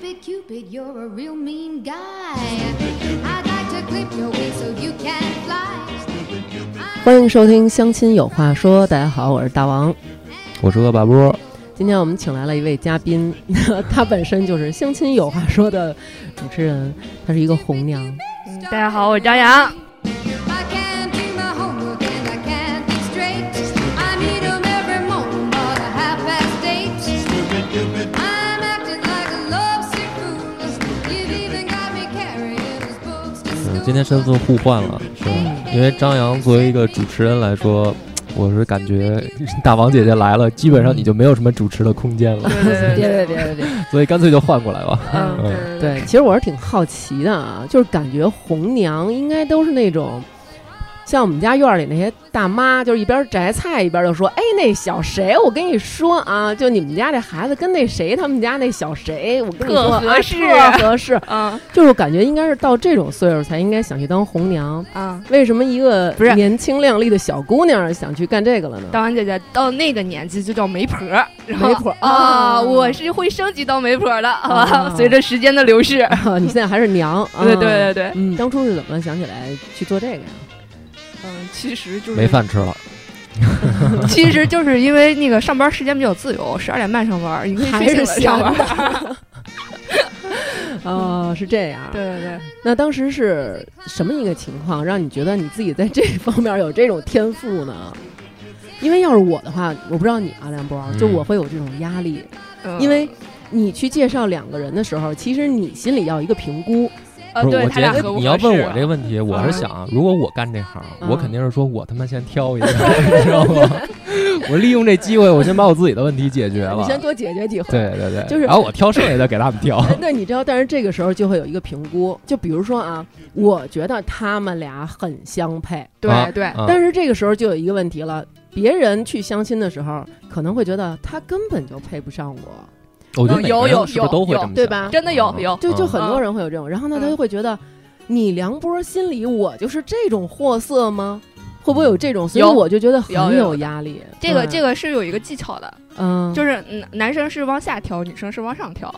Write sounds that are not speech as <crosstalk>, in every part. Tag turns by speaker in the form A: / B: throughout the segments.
A: it, you're a real mean guy. I'd like to clip your wings so you can fly.
B: 欢迎收听《相亲有话说》，大家好，我是大王。
C: 我是恶霸波，
B: 今天我们请来了一位嘉宾， <laughs> 他本身就是《相亲有话说》的主持人，她是一个红娘。
D: 大家好，我是张扬。
A: I can't do my homework and I can't think straight. I need 'em every morning, but a half past eight. I'm acting like a lovesick fool. You've even got me carrying his books to
C: 嗯
A: school.，
C: 今天身份互换了，是吧？因为张扬作为一个主持人来说，我是感觉 <laughs> 大王姐姐来了，基本上你就没有什么主持的空间了，
D: 对对对，
B: 别别别别！
C: <laughs> 所以干脆就换过来吧。
D: 嗯，
C: 嗯
D: 对对
B: 对，其实我是挺好奇的啊，就是感觉红娘应该都是那种。像我们家院里那些大妈，就是一边摘菜一边就说：“哎，那小谁，我跟你说啊，就你们家这孩子跟那谁他们家那小谁，我跟你说啊
D: 特合适
B: 特合适。”
D: 嗯
B: 就是我感觉应该是到这种岁数才应该想去当红娘，
D: 嗯，
B: 为什么一个
D: 不是
B: 年轻靓丽的小姑娘想去干这个了呢？
D: <laughs> 大王姐姐到那个年纪就叫媒婆，然后
B: 媒婆
D: 啊，
B: 哦
D: 我是会升级到媒婆的，好吧？
B: 哦
D: <laughs> 随着时间的流逝，
B: 你现在还是娘，啊
D: <laughs> 对对对对，
B: 嗯，当初是怎么想起来去做这个呀？
D: 嗯，其实就是
C: 没，饭吃了，
D: 其实就是因为那个上班时间比较自由，十二点半上班，你可以
B: 还
D: 睡醒
B: 是
D: 了上班。
B: 哦，是这样。
D: <laughs> 嗯对对对，
B: 那当时是什么一个情况，让你觉得你自己在这方面有这种天赋呢？因为要是我的话，我不知道你啊，梁博，
C: 嗯
B: 就我会有这种压力，
D: 嗯
B: 因为你去介绍两个人的时候，其实你心里要有一个评估，
D: 呃，
C: 不是？
D: 对
C: 我
D: 他
C: 觉
D: 俩
C: 得
D: 合不合
C: 你要问我这
D: 适
C: 个
D: 啊
C: 问题，我是想，如果我干这行，
B: 嗯
C: 我肯定是说我他妈先挑一个， <laughs> 你知道吗？ <laughs> 我利用这机会，我先把我自己的问题解决
B: 你
C: 了。
B: 先多解决几回。
C: 对对对，
B: 就是
C: 然后我挑剩下的给他们挑。
B: 哎，那你知道，但是这个时候就会有一个评估，就比如说啊，我觉得他们俩很相配，
C: 啊
D: 对对，
C: 嗯
B: 但是这个时候就有一个问题了，别人去相亲的时候可能会觉得他根本就配不上我，
C: 我觉得
D: 嗯
C: 每
D: 有
C: 个人
D: 有
C: 是不是都会
D: 有
C: 这么
B: 对
C: 想
B: 吧
D: 真的有
C: 嗯
D: 有
B: 就就
C: 嗯
B: 很多人会有这种，然后
D: 嗯
B: 呢，他就会觉得你梁波心里我就是这种货色吗？会不会有这种？所以
D: 有
B: 我就觉得很
D: 有有有
B: 压力。
D: 这个
B: 对
D: 这，个是有一个技巧的，
B: 嗯，
D: 就是男男生是往下挑，女生是往上挑。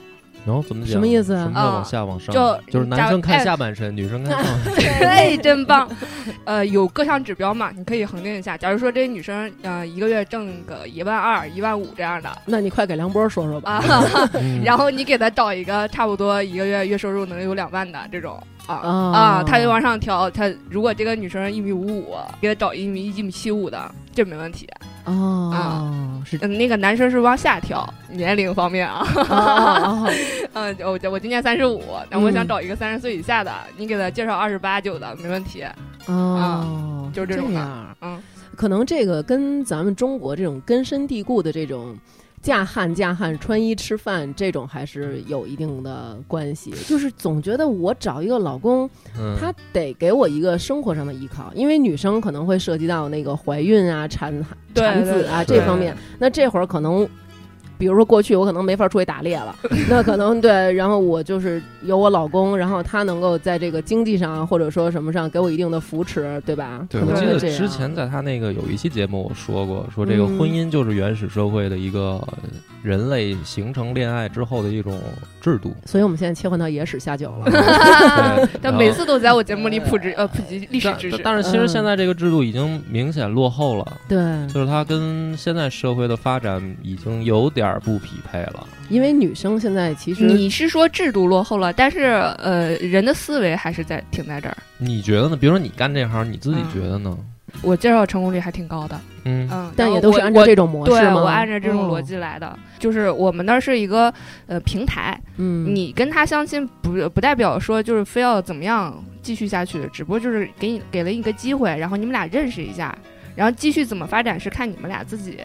C: 然后怎么讲
B: 什么意思啊
C: 什么叫
D: 啊
C: 往下往上？
D: 就
C: 就是男生
D: 假如
C: 看
D: 哎
C: 下半身，女生看上
D: <laughs>
C: 身。
B: <laughs>
D: 哎，真棒！ <laughs> 呃，有各项指标嘛，你可以恒定一下。假如说这女生呃一个月挣个一万二、一万五这样的
B: 那你快给梁波说说吧。 <laughs>
D: 啊，
C: 嗯
D: 然后你给她找一个差不多一个月月收入能有两万的这种啊、
B: 哦
D: 啊，她就往上调。她如果这个女生一米五五，给她找一米一米七五的，这没问题。
B: 哦，是
D: 嗯，那个男生是往下调，年龄方面啊， <laughs>
B: 哦哦哦
D: 嗯，我我今年三十五，那我想
B: 嗯
D: 找一个三十岁以下的，你给她介绍二十八九的没问题。
B: 哦
D: <laughs>
B: 哦，
D: 啊就是这种的
B: 样。
D: 嗯，
B: 可能这个跟咱们中国这种根深蒂固的这种嫁汉嫁汉穿衣吃饭这种还是
D: 嗯
B: 有一定的关系。就是总觉得我找一个老公，
C: 嗯
B: 他得给我一个生活上的依靠，因为女生可能会涉及到那个怀孕啊、产
D: 对
B: 产子啊这方
D: <laughs>
B: 面。那这会儿可能。比如说过去我可能没法出去打猎
D: <laughs>
B: 了，那可能对，然后我就是有我老公，然后他能够在这个经济上啊或者说什么上给我一定的扶持，对吧？
C: 对，
B: 可
C: 我
B: 能
C: 记
B: 会
C: 得
B: 这样
C: 之前在他那个有一期节目我说过，说这个
B: 嗯
C: 婚姻就是原始社会的一个人类形成恋爱之后的一种制
D: <laughs>
C: 度。
B: 所以我们现在切换到野史下酒了。
C: 对
D: 他
C: 然
D: 每
C: 后
D: 次都在我节目里普及呃普及历史
C: 但
D: 知识。
C: 但是其实
B: 嗯
C: 现在这个制度已经明显落后了，
D: 嗯
B: 对，
C: 就是它跟现在社会的发展已经有点儿不匹配了。
B: 因为女生现在其实
D: 你是说制度落后了，但是呃，人的思维还是在停在这儿。
C: 你觉得呢？比如说你干这行，你自己
D: 嗯
C: 觉得呢？
D: 我介绍成功率还挺高的，
C: 嗯，
D: 嗯，
B: 但
D: 然后
B: 也都是
D: 我
B: 按照
D: 我
B: 这种模式哦
D: 对，
B: 吗？
D: 我按照这种逻辑来的，就是我们那儿是一个呃平台，
B: 嗯，
D: 你跟他相亲不不代表说就是非要怎么样继续下去，只不过就是给你给了你一个机会，然后你们俩认识一下，然后继续怎么发展是看你们俩自己。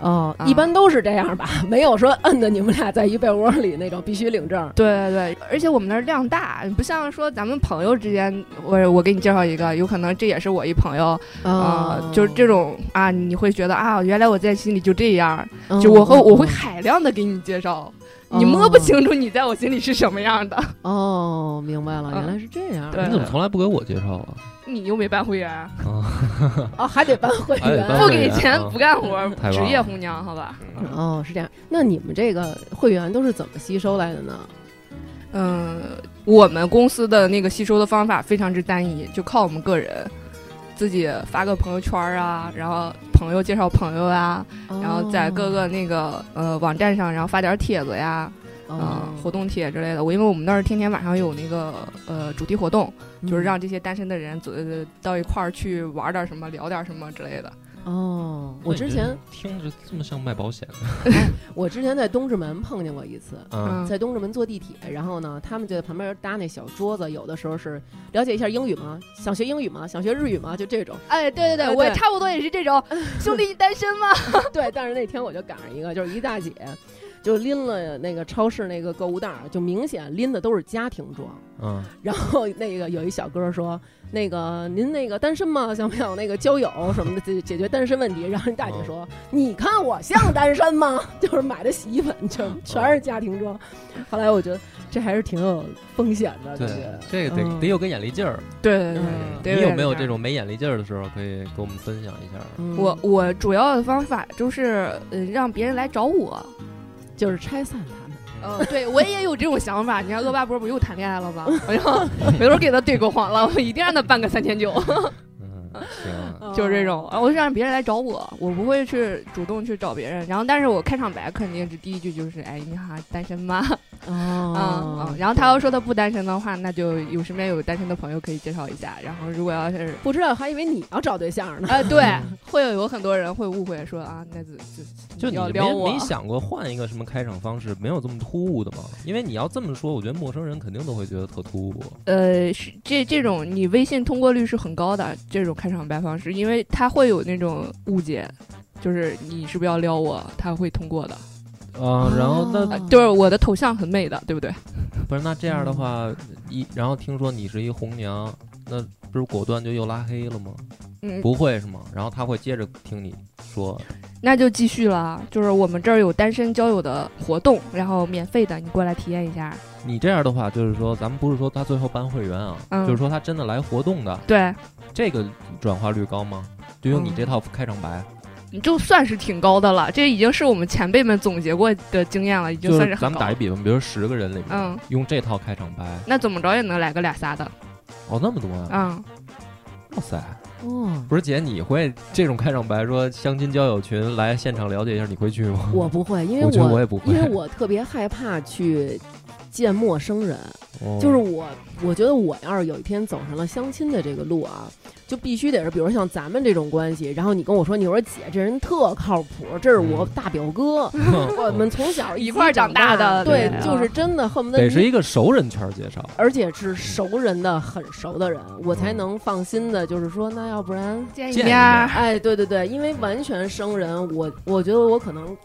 B: 哦，
D: 啊
B: 一般都是这样吧， <laughs> 没有说摁的你们俩在一被窝里那种必须领证。
D: 对对对，而且我们那儿量大，不像说咱们朋友之间，我我给你介绍一个，有可能这也是我一朋友啊、
B: 哦
D: 就是这种啊，你会觉得啊，原来我在心里就这样，
B: 嗯
D: 就我会
B: 嗯
D: 我
B: 嗯
D: 会海量的给你介绍，
B: 哦
D: 你摸不清楚你在我心里是什么样的， <laughs>
B: 哦，明白了，
D: 嗯
B: 原来是这样。
D: 对
C: 你怎么从来不给我介绍啊？ <laughs>
D: 你又没办会员，
C: 啊，
B: 哦，还得办会
C: 还得
B: 员
C: 办。
D: 不
C: 会
D: 给
C: 员
D: 钱
C: 啊
D: 不干 <laughs> 活，
C: 太棒
D: 职业
C: 了
D: 红娘，好吧？
B: 哦，是这样。那你们这个会员都是怎么吸收来的呢？
D: 嗯、我们公司的那个吸收的方法非常之单一，就靠我们个人，自己发个朋友圈儿啊，然后朋友介绍朋友啊，然
B: 哦
D: 后在各个那个呃网站上，然后发点儿帖子呀，嗯、
B: 啊
D: 活动帖之类的。我因为我们那儿天天晚上有那个呃主题活动，就是让这些单身的人走呃到一块儿去玩点儿什么，聊点儿什么之类的。
B: 哦，我之前
C: 听着这么像卖保险的，
B: 我之前在东直门碰见过一次，
C: 嗯，
B: 在东直门坐地铁，然后呢，他们就在旁边搭那小桌子，有的时候是了解一下英语吗？想学英语吗？想学日语吗？就这种。 <laughs>
D: 哎，对对对，
A: Oh,
B: 哎
D: 我
B: 对
D: 差不多也是这种。兄弟，你单身
A: <laughs>
D: 吗？
B: 对，但是那天我就赶上一个，就是一大姐，就拎了那个超市那个购物袋儿，就明显拎的都是家庭装。
C: 嗯，
B: 然后那个有一小哥说：“那个您那个单身吗？想不想那个交友什么的解解决单身问题？”然后人大姐说：“你看我像单身吗？” <laughs> 就是买的洗衣粉全全是家庭装。后来我觉得这还是挺有风险的，感
C: 对
B: 觉，
C: 这个得
B: 嗯
C: 得有个眼力劲儿。
D: 对对对
B: 嗯
D: 对，
C: 你有没有
D: 这
C: 这种没眼力劲儿的时候，可以给我们分享一下？
B: 嗯
D: 我我主要的方法就是，呃，让别人来找我。
B: 就是拆散他们。
D: 呃，对我也有这种想法。你看恶霸波不是又谈恋爱了吗？ <laughs> 然后没准给他对过谎了，我一定让他办个三千九，
C: 嗯，行，
D: 就是这种。啊然后我是让别人来找我，我不会去主动去找别人。然后，但是我开场白肯定是第一句就是，哎，你还单身吗？ <laughs> 嗯
B: 哦
D: 嗯。，然后他要说他不单身的话，那就有身边有单身的朋友可以介绍一下。然后，如果
C: <laughs>
D: 要是
B: 不知道，还以为你要找对象呢。
D: 啊，对，会有很多人会误会说啊，那就
C: 嗯就你
D: 要撩
C: 没
D: 我
C: 没想过换一个什么开场方式，没有这么突兀的吗？因为你要这么说，我觉得陌生人肯定都会觉得特突兀。
D: 呃，是这这种你微信通过率是很高的这种开场白方式，因为它会有那种误解，就是你是不是要撩我，他会通过的，
C: 啊，然后那
D: 呃就是我的头像很美的，对不对？
C: 不是那这样的话，一然后听说你是一红娘，那不是果断就又拉黑了吗？
D: 嗯，
C: 不会是吗？然后他会接着听你说，
D: 那就继续了，啊就是我们这儿有单身交友的活动，然后免费的，你过来体验一下。
C: 你这样的话，就是说咱们不是说他最后办会员啊，
D: 嗯
C: 就是说他真的来活动的，
D: 对，
C: 这个转化率高吗？就用你
D: 嗯
C: 这套开场白，
D: 你就算是挺高的了，这已经是我们前辈们总结过的经验了，已经
C: 就
D: 算
C: 是咱
D: 很
C: 们
D: 高
C: 打一
D: 了。
C: 比方，比如十个人里面，
D: 嗯，
C: 用这套开场白，
D: 那怎么着也能来个俩仨的，
C: 哦，那么多啊！
D: 嗯，
C: 哇塞，
B: 哦，
C: 不是姐，你会这种开场白说相亲交友群来现场了解一下，你会去吗？
B: 我不会，因为
C: 我觉得我也不会
B: 因为我特别害怕去见陌生人。
C: 哦 <laughs>
B: 就是我，我觉得我要是有一天走上了相亲的这个路啊，就必须得是，比如像咱们这种关系，然后你跟我说，你说姐这人特靠谱，这是
C: 嗯
B: 我大表哥，我们从小
D: 嗯一
B: 起
D: 块儿长
B: 长
D: 大的啊
B: 对
C: 对，
B: 就是真的恨不得
C: 嗯得是
B: 你。
C: 一个熟人圈介绍。
B: 而且是熟人的很熟的人，我
D: 嗯
B: 才能放心的，就是说，那要不然，
D: 见
C: 见一
D: 面
C: 面
D: 儿，
B: 哎，对对对，因为完全生人，我我觉得我可能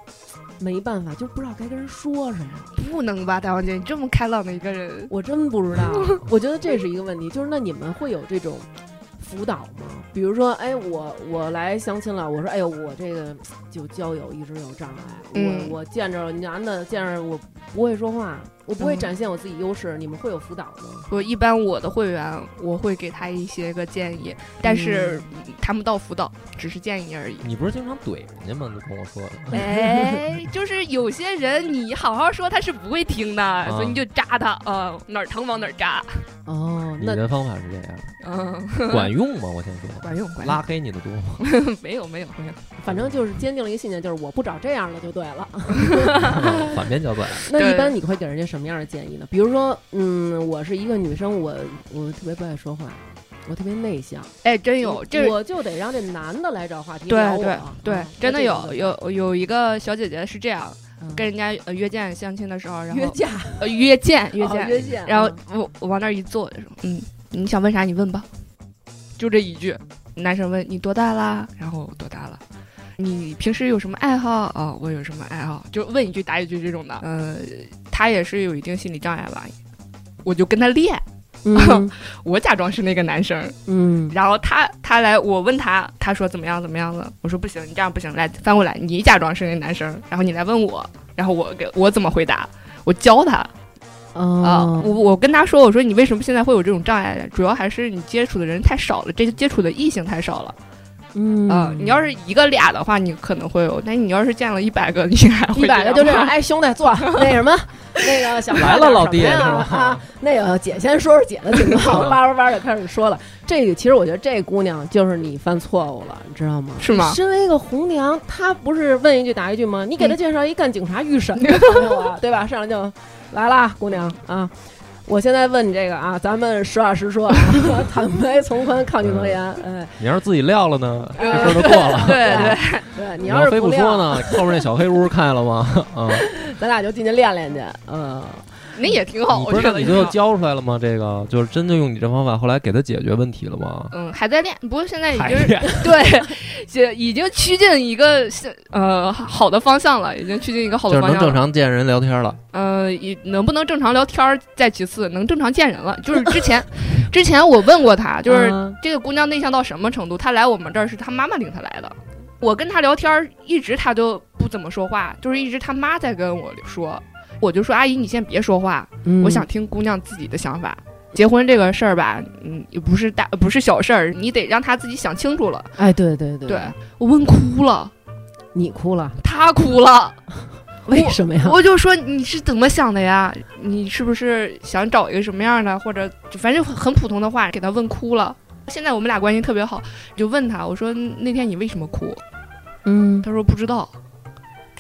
B: 没办法，就不知道该跟人说什么。
D: 不能吧，大王姐，你这么开朗的一个人，
B: 我真不知道，
D: <laughs>
B: 我觉得这是一个问题，就是那你们会有这种辅导吗？比如说，哎，我我来相亲了，我说，哎呦，我这个就交友一直有障碍，
D: 嗯
B: 我我见着男的见着我不会说话，我不会
D: 嗯
B: 展现我自己优势，你们会有辅导吗？
D: 我一般我的会员我会给他一些个建议，但是谈不到辅导，只是建议而已。
C: 你不是经常怼人家吗？你跟我说
D: <laughs>
C: 的，
D: 哎，就是有些人你好好说他是不会听的，所以你就扎他，呃，哪儿疼往哪儿扎，
B: 哦，
C: 你
B: 那
C: 的方法是这
D: <laughs>
C: 样，
D: 嗯，
C: 管用吗？我先说，
D: <laughs> 管用管用
C: 拉，黑你的多吗？
D: <laughs> 没有没有没有，
B: 反正就是坚定了一个信念，就是我不找这样的就对
D: <laughs>
B: 了。
C: <laughs> 反面教材，
B: 那
D: 对
B: 一般你会给人家什么样的建议呢？比如说，嗯，我是一个女生，我我特别不爱说话，我特别内向。
D: 哎，真有，这
B: 我就得让这男的来找话题
D: 对
B: 聊我
D: 对
B: 啊
D: 对，真的有有有一个小姐姐是这样，
B: 嗯
D: 跟人家呃约见相亲的时候，然
B: 约
D: 后
B: 架
D: 呃约见约
B: 哦
D: 见
B: 约见，
D: 然后
B: 嗯
D: 我我往那儿一坐，就说嗯，你想问啥你问吧，就这一句。男生问你多大啦，然后多大了，你平时有什么爱好啊、我有什么爱好，就问一句答一句这种的。呃，他也是有一定心理障碍吧，我就跟他练， <laughs>
B: 嗯
D: 我假装是那个男生，
B: 嗯
D: 然后他他来我问他，他说怎么样怎么样了，我说不行，你这样不行，来翻过来，你假装是那男生，然后你来问我，然后我给我怎么回答，我教他。啊，我
B: 哦
D: 我跟他说，我说你为什么现在会有这种障碍？主要还是你接触的人太少了，这接触的异性太少了
B: 嗯
D: 啊、你要是一个俩的 <laughs> 话，你可能会有；但你要是见了一百个，你还
B: <laughs>
D: 会
B: 一百个就这
D: 样
B: 样，
D: 吗。
B: 哎，兄弟，坐那什么，那个小
C: 来了老弟
B: 什么呀
C: 是吧
B: 啊，那个姐先说说姐的情况，叭叭叭就开始说了。这个其实我觉得这姑娘就是你犯错误了，你知道吗？
D: 是吗
B: 身为一个红娘，她不是问一句答一句吗？你给她介绍一干警察预审的朋友啊，对吧？上来就来啦，姑娘啊。我现在问你这个啊，咱们实话实说啊， <laughs> 坦白从宽，抗拒从严。哎，
C: 你要是自己撂了呢，这
B: 嗯
C: 事儿就过了。
D: 呃对
C: <laughs>
D: 对，
B: 对，你
C: 你
B: 要是
C: 非不
B: 亮
C: 说，呢，后面那小黑屋开了吗？
D: <laughs> 哦
C: 啊，
B: 咱俩就进去练练去。嗯，
D: 那也挺好，
C: 你
D: 我
C: 不是
D: 觉
C: 那
D: 得
C: 你
D: 挺
C: 就
D: 好
C: 教出来了吗？这个就是真就用你这方法，后来给他解决问题了吗？
D: 嗯，还在练，不过现在已
C: 还
D: 经哎是 <laughs> 对，现已经趋近一个是呃好的方向了，已经趋近一个好
C: 就是
D: 的方
C: 能
D: 向
C: 正
D: 了。
C: 常见人聊天了，
D: 呃，也能不能正常聊天儿再其次，能正常见人了。就是之前， <laughs> 之前我问过她，就是
B: 嗯
D: 这个姑娘内向到什么程度？她来我们这儿是她妈妈领她来的。我跟她聊天儿，一直她就不怎么说话，就是一直她妈在跟我说，我就说阿姨你先别说话，
B: 嗯
D: 我想听姑娘自己的想法。结婚这个事儿吧，嗯，也不是大，不是小事儿，你得让她自己想清楚了。
B: 哎，对对对
D: 对我问哭了，
B: 你哭了，
D: 她哭了，
B: 为什
D: <laughs>
B: 么呀？
D: 我就说你是怎么想的呀？你是不是想找一个什么样的，或者就反正很普通的话给她问哭了。现在我们俩关系特别好，就问她，我说那天你为什么哭？
B: 嗯，
D: 她说不知道，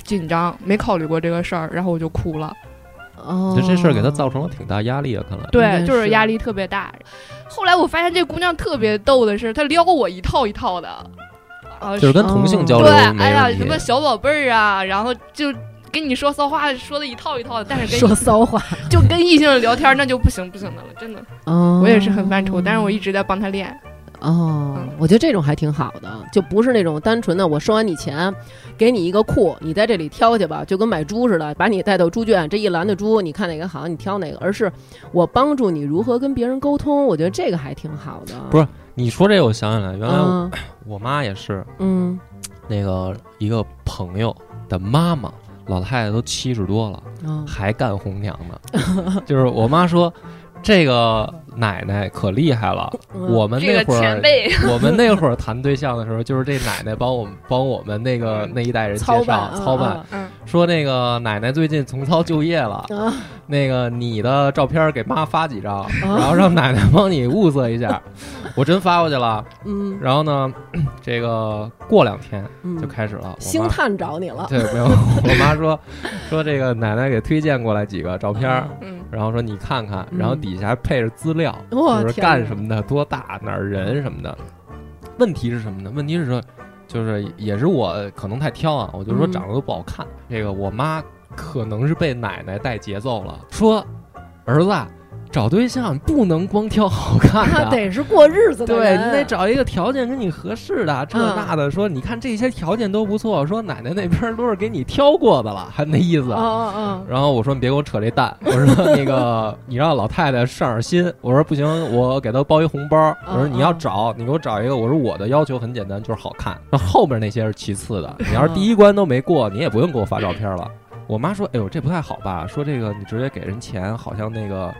D: 紧张，没考虑过这个事儿，然后我就哭了。
B: 哦
C: 就这事儿给他造成了挺大压力啊，看来。
B: 应
D: 对，
B: 该
D: 就是
B: 是
D: 压力特别大。后来我发现这姑娘特别逗的是，她撩我一套一套的，呃，
C: 就是跟同性交流
D: 对，
C: 没
D: 哎呀，
C: 问
D: 什么
C: 题，
D: 小宝贝儿啊，然后就跟你说骚话，说的一套一套的，但是跟
B: 说骚话。
D: 就跟异性聊天儿那就不行不行的了，真的。
B: 哦，
D: <laughs> 我也是很犯愁，但是我一嗯直在帮他练。
B: 哦，我觉得这种还挺好的，就不是那种单纯的我收完你钱，给你一个库，你在这里挑去吧，就跟买猪似的，把你带到猪圈，这一栏的猪，你看哪个好，你挑哪个，而是我帮助你如何跟别人沟通，我觉得这个还挺好的。
C: 不是你说这我想起来，原来我
B: 嗯
C: 我妈也是 <clears throat>
B: 嗯
C: 那个一个朋友的妈妈，老太太都七十多了，
B: 嗯
C: 还干红娘呢。 <laughs> 就是我妈说，这个奶奶可厉害了，
D: 嗯
C: 我们那会儿，
D: 辈
C: <laughs> 我们那会儿谈对象的时候，就是这奶奶帮我们帮我们那个那一代人
B: 操
C: 介
B: 办
C: 绍
B: 啊
C: 操办，
D: 嗯，
C: 说那个奶奶最近重操旧业了，
B: 啊
C: 那个你的照片给妈发几张，
D: 嗯
C: 然后让奶奶帮你物色一下。 <laughs> 我真发过去了，
B: 嗯
C: 然后呢， <clears throat> 这个过两天
B: 嗯，
C: 就开始了，我
B: 星
C: 妈。
B: 探找你了，
C: 对，没有。 <laughs> 我妈说说这个奶奶给推荐过来几个照片儿，
D: 嗯，
C: 然后说你看看，
B: 嗯
C: 然后底下配着资料，
B: 哇
C: 就是
B: 天哪
C: 干什么的，多大，哪儿人什么的。问题是什么呢？问题是说，就是也是我可能太挑啊，我就说
B: 嗯
C: 长得都不好看。这个我妈可能是被奶奶带节奏了，说儿子啊找对象不能光挑好看的
B: <laughs> 他。得是过日子的
C: 啊 <laughs> 对
B: 人，
C: 你得找一个条件跟你合适的，这
B: 嗯
C: 那的。说你看这些条件都不错，说奶奶那边都是给你挑过的了，还那意思。啊
B: 哦哦
C: 然后我说你别给我扯这蛋， <laughs> 我说那个 <laughs> 你让老太太上点心。我说不行，我给她包一红包。我说
B: 嗯
C: 你要
B: 嗯
C: 找，你给我找一个。我说我的要求很简单，就是好看。那后边那些是其次的，
B: 嗯
C: 你要是第一关都没过，你也不用给我发照片了。我妈说，哎呦这不太好吧？说这个你直接给人钱，好像那个。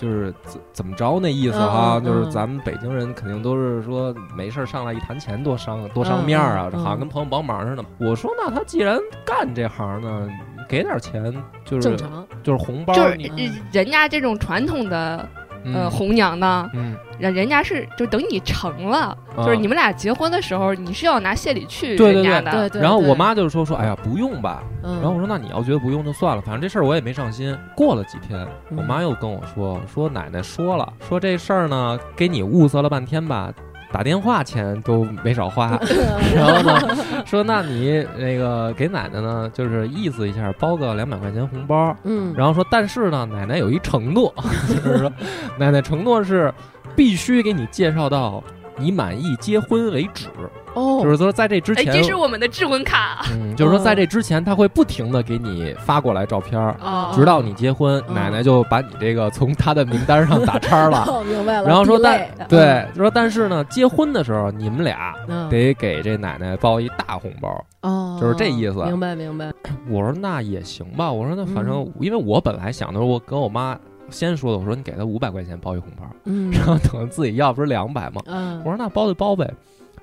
C: 就是怎怎么着那意思啊，
B: 嗯嗯
C: 就是
B: 嗯
C: 咱们北京人肯定都是说没事儿上来一谈钱多伤多伤面儿啊，
B: 嗯嗯嗯
C: 好像跟朋友帮忙似的。我说那他既然干这行呢，给点钱就
B: 哦，
C: 是
B: 正常。嗯
C: 就是红包，
D: 就是
C: 你
D: 人人家这种传统的呃
C: 嗯
D: 红娘呢，
C: 嗯，
D: 人人家是就等你成了，
C: 啊
D: 就是你。们俩结婚的时候，你是要拿谢礼去
C: 对
D: 人
C: 对
D: 家
B: 对
D: 的。
B: 对，
C: 然后
B: 对嗯
C: 我，妈就说说，哎呀，不用吧。
B: 然
C: 然后我说，那你要觉得不用就算了，反正这事儿我也没上心。过了几天，
D: 嗯
C: 我妈又跟我说，说奶奶说了，说这事儿呢，给你物色了半天吧，打电话钱都没少
D: <laughs>
C: 花。
B: 嗯
C: <laughs> 然后呢，说那你那个给奶奶呢，就是意思一下，包个两百块钱红包。
B: <laughs> 嗯，
C: 然后说，但是呢，奶奶有一承诺，就是说，奶奶承诺是必须给你介绍到你满意结婚为止，
B: 后哦，
C: 就是说在这之
D: 哎，
C: 前
D: 这，是我们的智魂卡啊
C: 嗯，就是说在这之前，他会不停的给你发过来照片儿，
B: 哦
D: 啊
C: 直到你结婚，
B: 嗯
C: 奶奶就把你这个从她的名单上打叉了。
D: <laughs>
B: 哦，明白了。
C: 然后说，
B: 地
C: 但
B: 位
C: 对，
D: 嗯
C: 就说但是呢，结婚的时候你们俩
B: 嗯
C: 得给这奶奶包一大红包。
B: 哦，
C: 就是这意思
B: 明白明白。
C: 我说那也行吧，我说那反正
B: 嗯
C: 因为我本来想的，我跟我妈先说的，我说你给她五百块钱包一红包，
B: 嗯
C: 然后等自己要不是两百嘛，
B: 嗯
C: 我，说那包就包呗。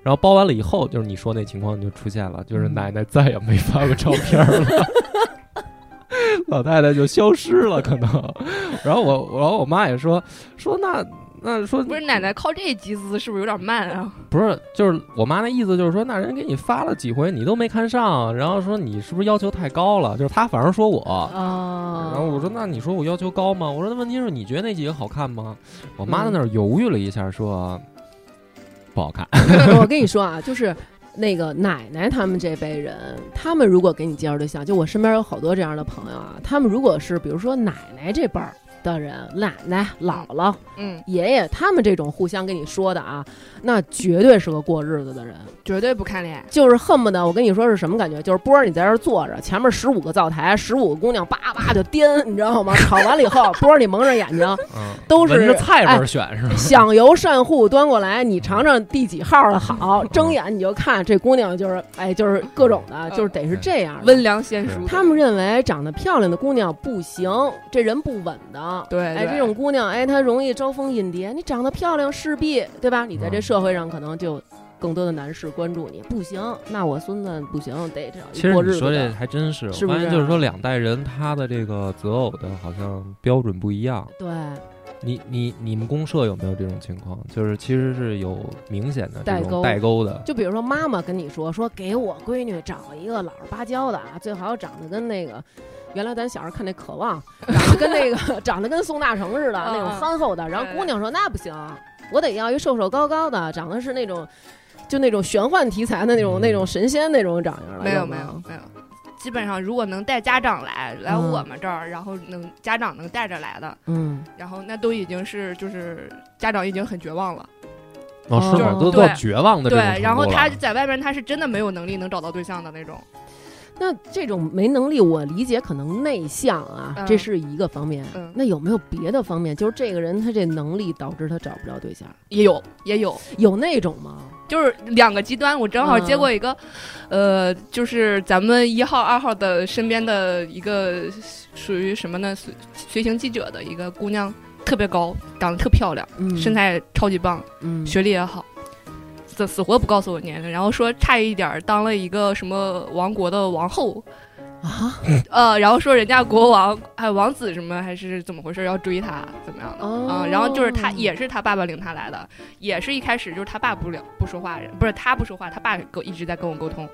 C: 然后包完了以后，就是你说
D: 嗯
C: 那情况就出现了，就是奶奶再也没发过照片了。 <laughs> 老太太就消失了，可能。然后我，然后我妈也说说那那说
D: <laughs> 不是奶奶靠这集资是不是有点慢啊？
C: 不是就是我妈那意思就是说那人给你发了几回你都没看上，然后说你是不是要求太高了？就是她反正说我。
B: 啊
C: 然后我说：“那你说我要求高吗？”我说：“那问题是你觉得那几个好看吗？”我妈在那儿犹豫了一下，说：“不好看。
B: <laughs>
C: <laughs>
B: 我跟你说啊，就是那个奶奶他们这辈人，他们如果给你介绍对象，就我身边有好多这样的朋友啊，他们如果是比如说奶奶这辈儿的人，奶奶、姥姥、
D: 嗯，
B: 爷爷，他们这种互相跟你说的啊，那绝对是个过日子的人，
D: 绝对不看脸。
B: 就是恨不得我跟你说是什么感觉，就是波儿你在这儿坐着，前面十五个灶台，十五个姑娘叭叭就颠，你知道吗？吵完了以后， <laughs> 波儿你蒙上眼睛，”
C: 嗯，
B: 都
C: 闻
B: 是哎
C: 着菜味儿选是吧？
B: 想由善户端过来，你尝尝第几号的好，睁眼你就看这姑娘就是，哎，就是各种的，就是得是这样的。
D: 温良贤淑，
B: 他们认为长得漂亮的姑娘不行，这人不稳当。
D: 对，
B: 哎，
D: 对
B: 这种姑娘，哎，她容易招蜂引蝶。你长得漂亮，势必对吧？你在
C: 嗯
B: 这社会上可能就更多的男士关注你。不行，那我孙子不行，得找
C: 其
B: 一
C: 实
B: 过
C: 你
B: 日子
C: 说这
B: 的。
C: 还真是，
B: 是不
C: 我发
B: 是
C: 现就是
B: 啊
C: 说两代人他的这个择偶的好像标准不一样。
B: 对，
C: 你你你们公社有没有这种情况？就是其实是有明显的这
B: 代
C: 种
B: 沟
C: 代沟的。
B: 就比如说妈妈跟你说说给我闺女找一个老实巴交的啊，最好长得跟那个。原来咱小时候看那《渴望》，长得跟那个 <laughs> 长得跟宋大成似的那种
D: 嗯嗯
B: 憨厚的，然后
D: 对
B: 姑娘说那不行，我得要一瘦瘦高高的，长得是那种就那种玄幻题材的那种
C: 嗯
B: 那种神仙那种长相了。
D: 没有没
B: 吗
D: 有没有，基本上如果能带家长来来
B: 嗯
D: 我们这儿，然后能家长能带着来的，
B: 嗯，
D: 然后那都已经是就是家长已经很绝望了，
C: 哦，是吗？
B: 哦
C: 都到
D: 对
C: 绝望的这
D: 对
C: 种程，度
D: 然后
C: 了
D: 他在外面他是真的没有能力能找到对象的那种，
B: 那这种没能力，我理解可能内向啊，
D: 嗯
B: 这是一个方面。
D: 嗯
B: 那有没有别的方面？就是这个人他这能力导致他找不着对象，
D: 也有也有，
B: 有那种吗？
D: 就是两个极端，我正好接过一个，呃，就是咱们一号、二号的身边的一个属于什么呢？随随行记者的一个姑娘，特别高，长得特漂亮，
B: 嗯，
D: 身材超级棒，
B: 嗯
D: 学历也好，死死活不告诉我年龄，然后说差一点儿当了一个什么王国的王后，
B: 啊
D: 呃，然后说人家国王还王子什么还是怎么回事要追她怎么样的。
B: 哦
D: 啊，然后就是他，也是他爸爸领他来的，也是一开始就是他爸不了不说话，不是他不说话，他爸跟一直在跟我沟通。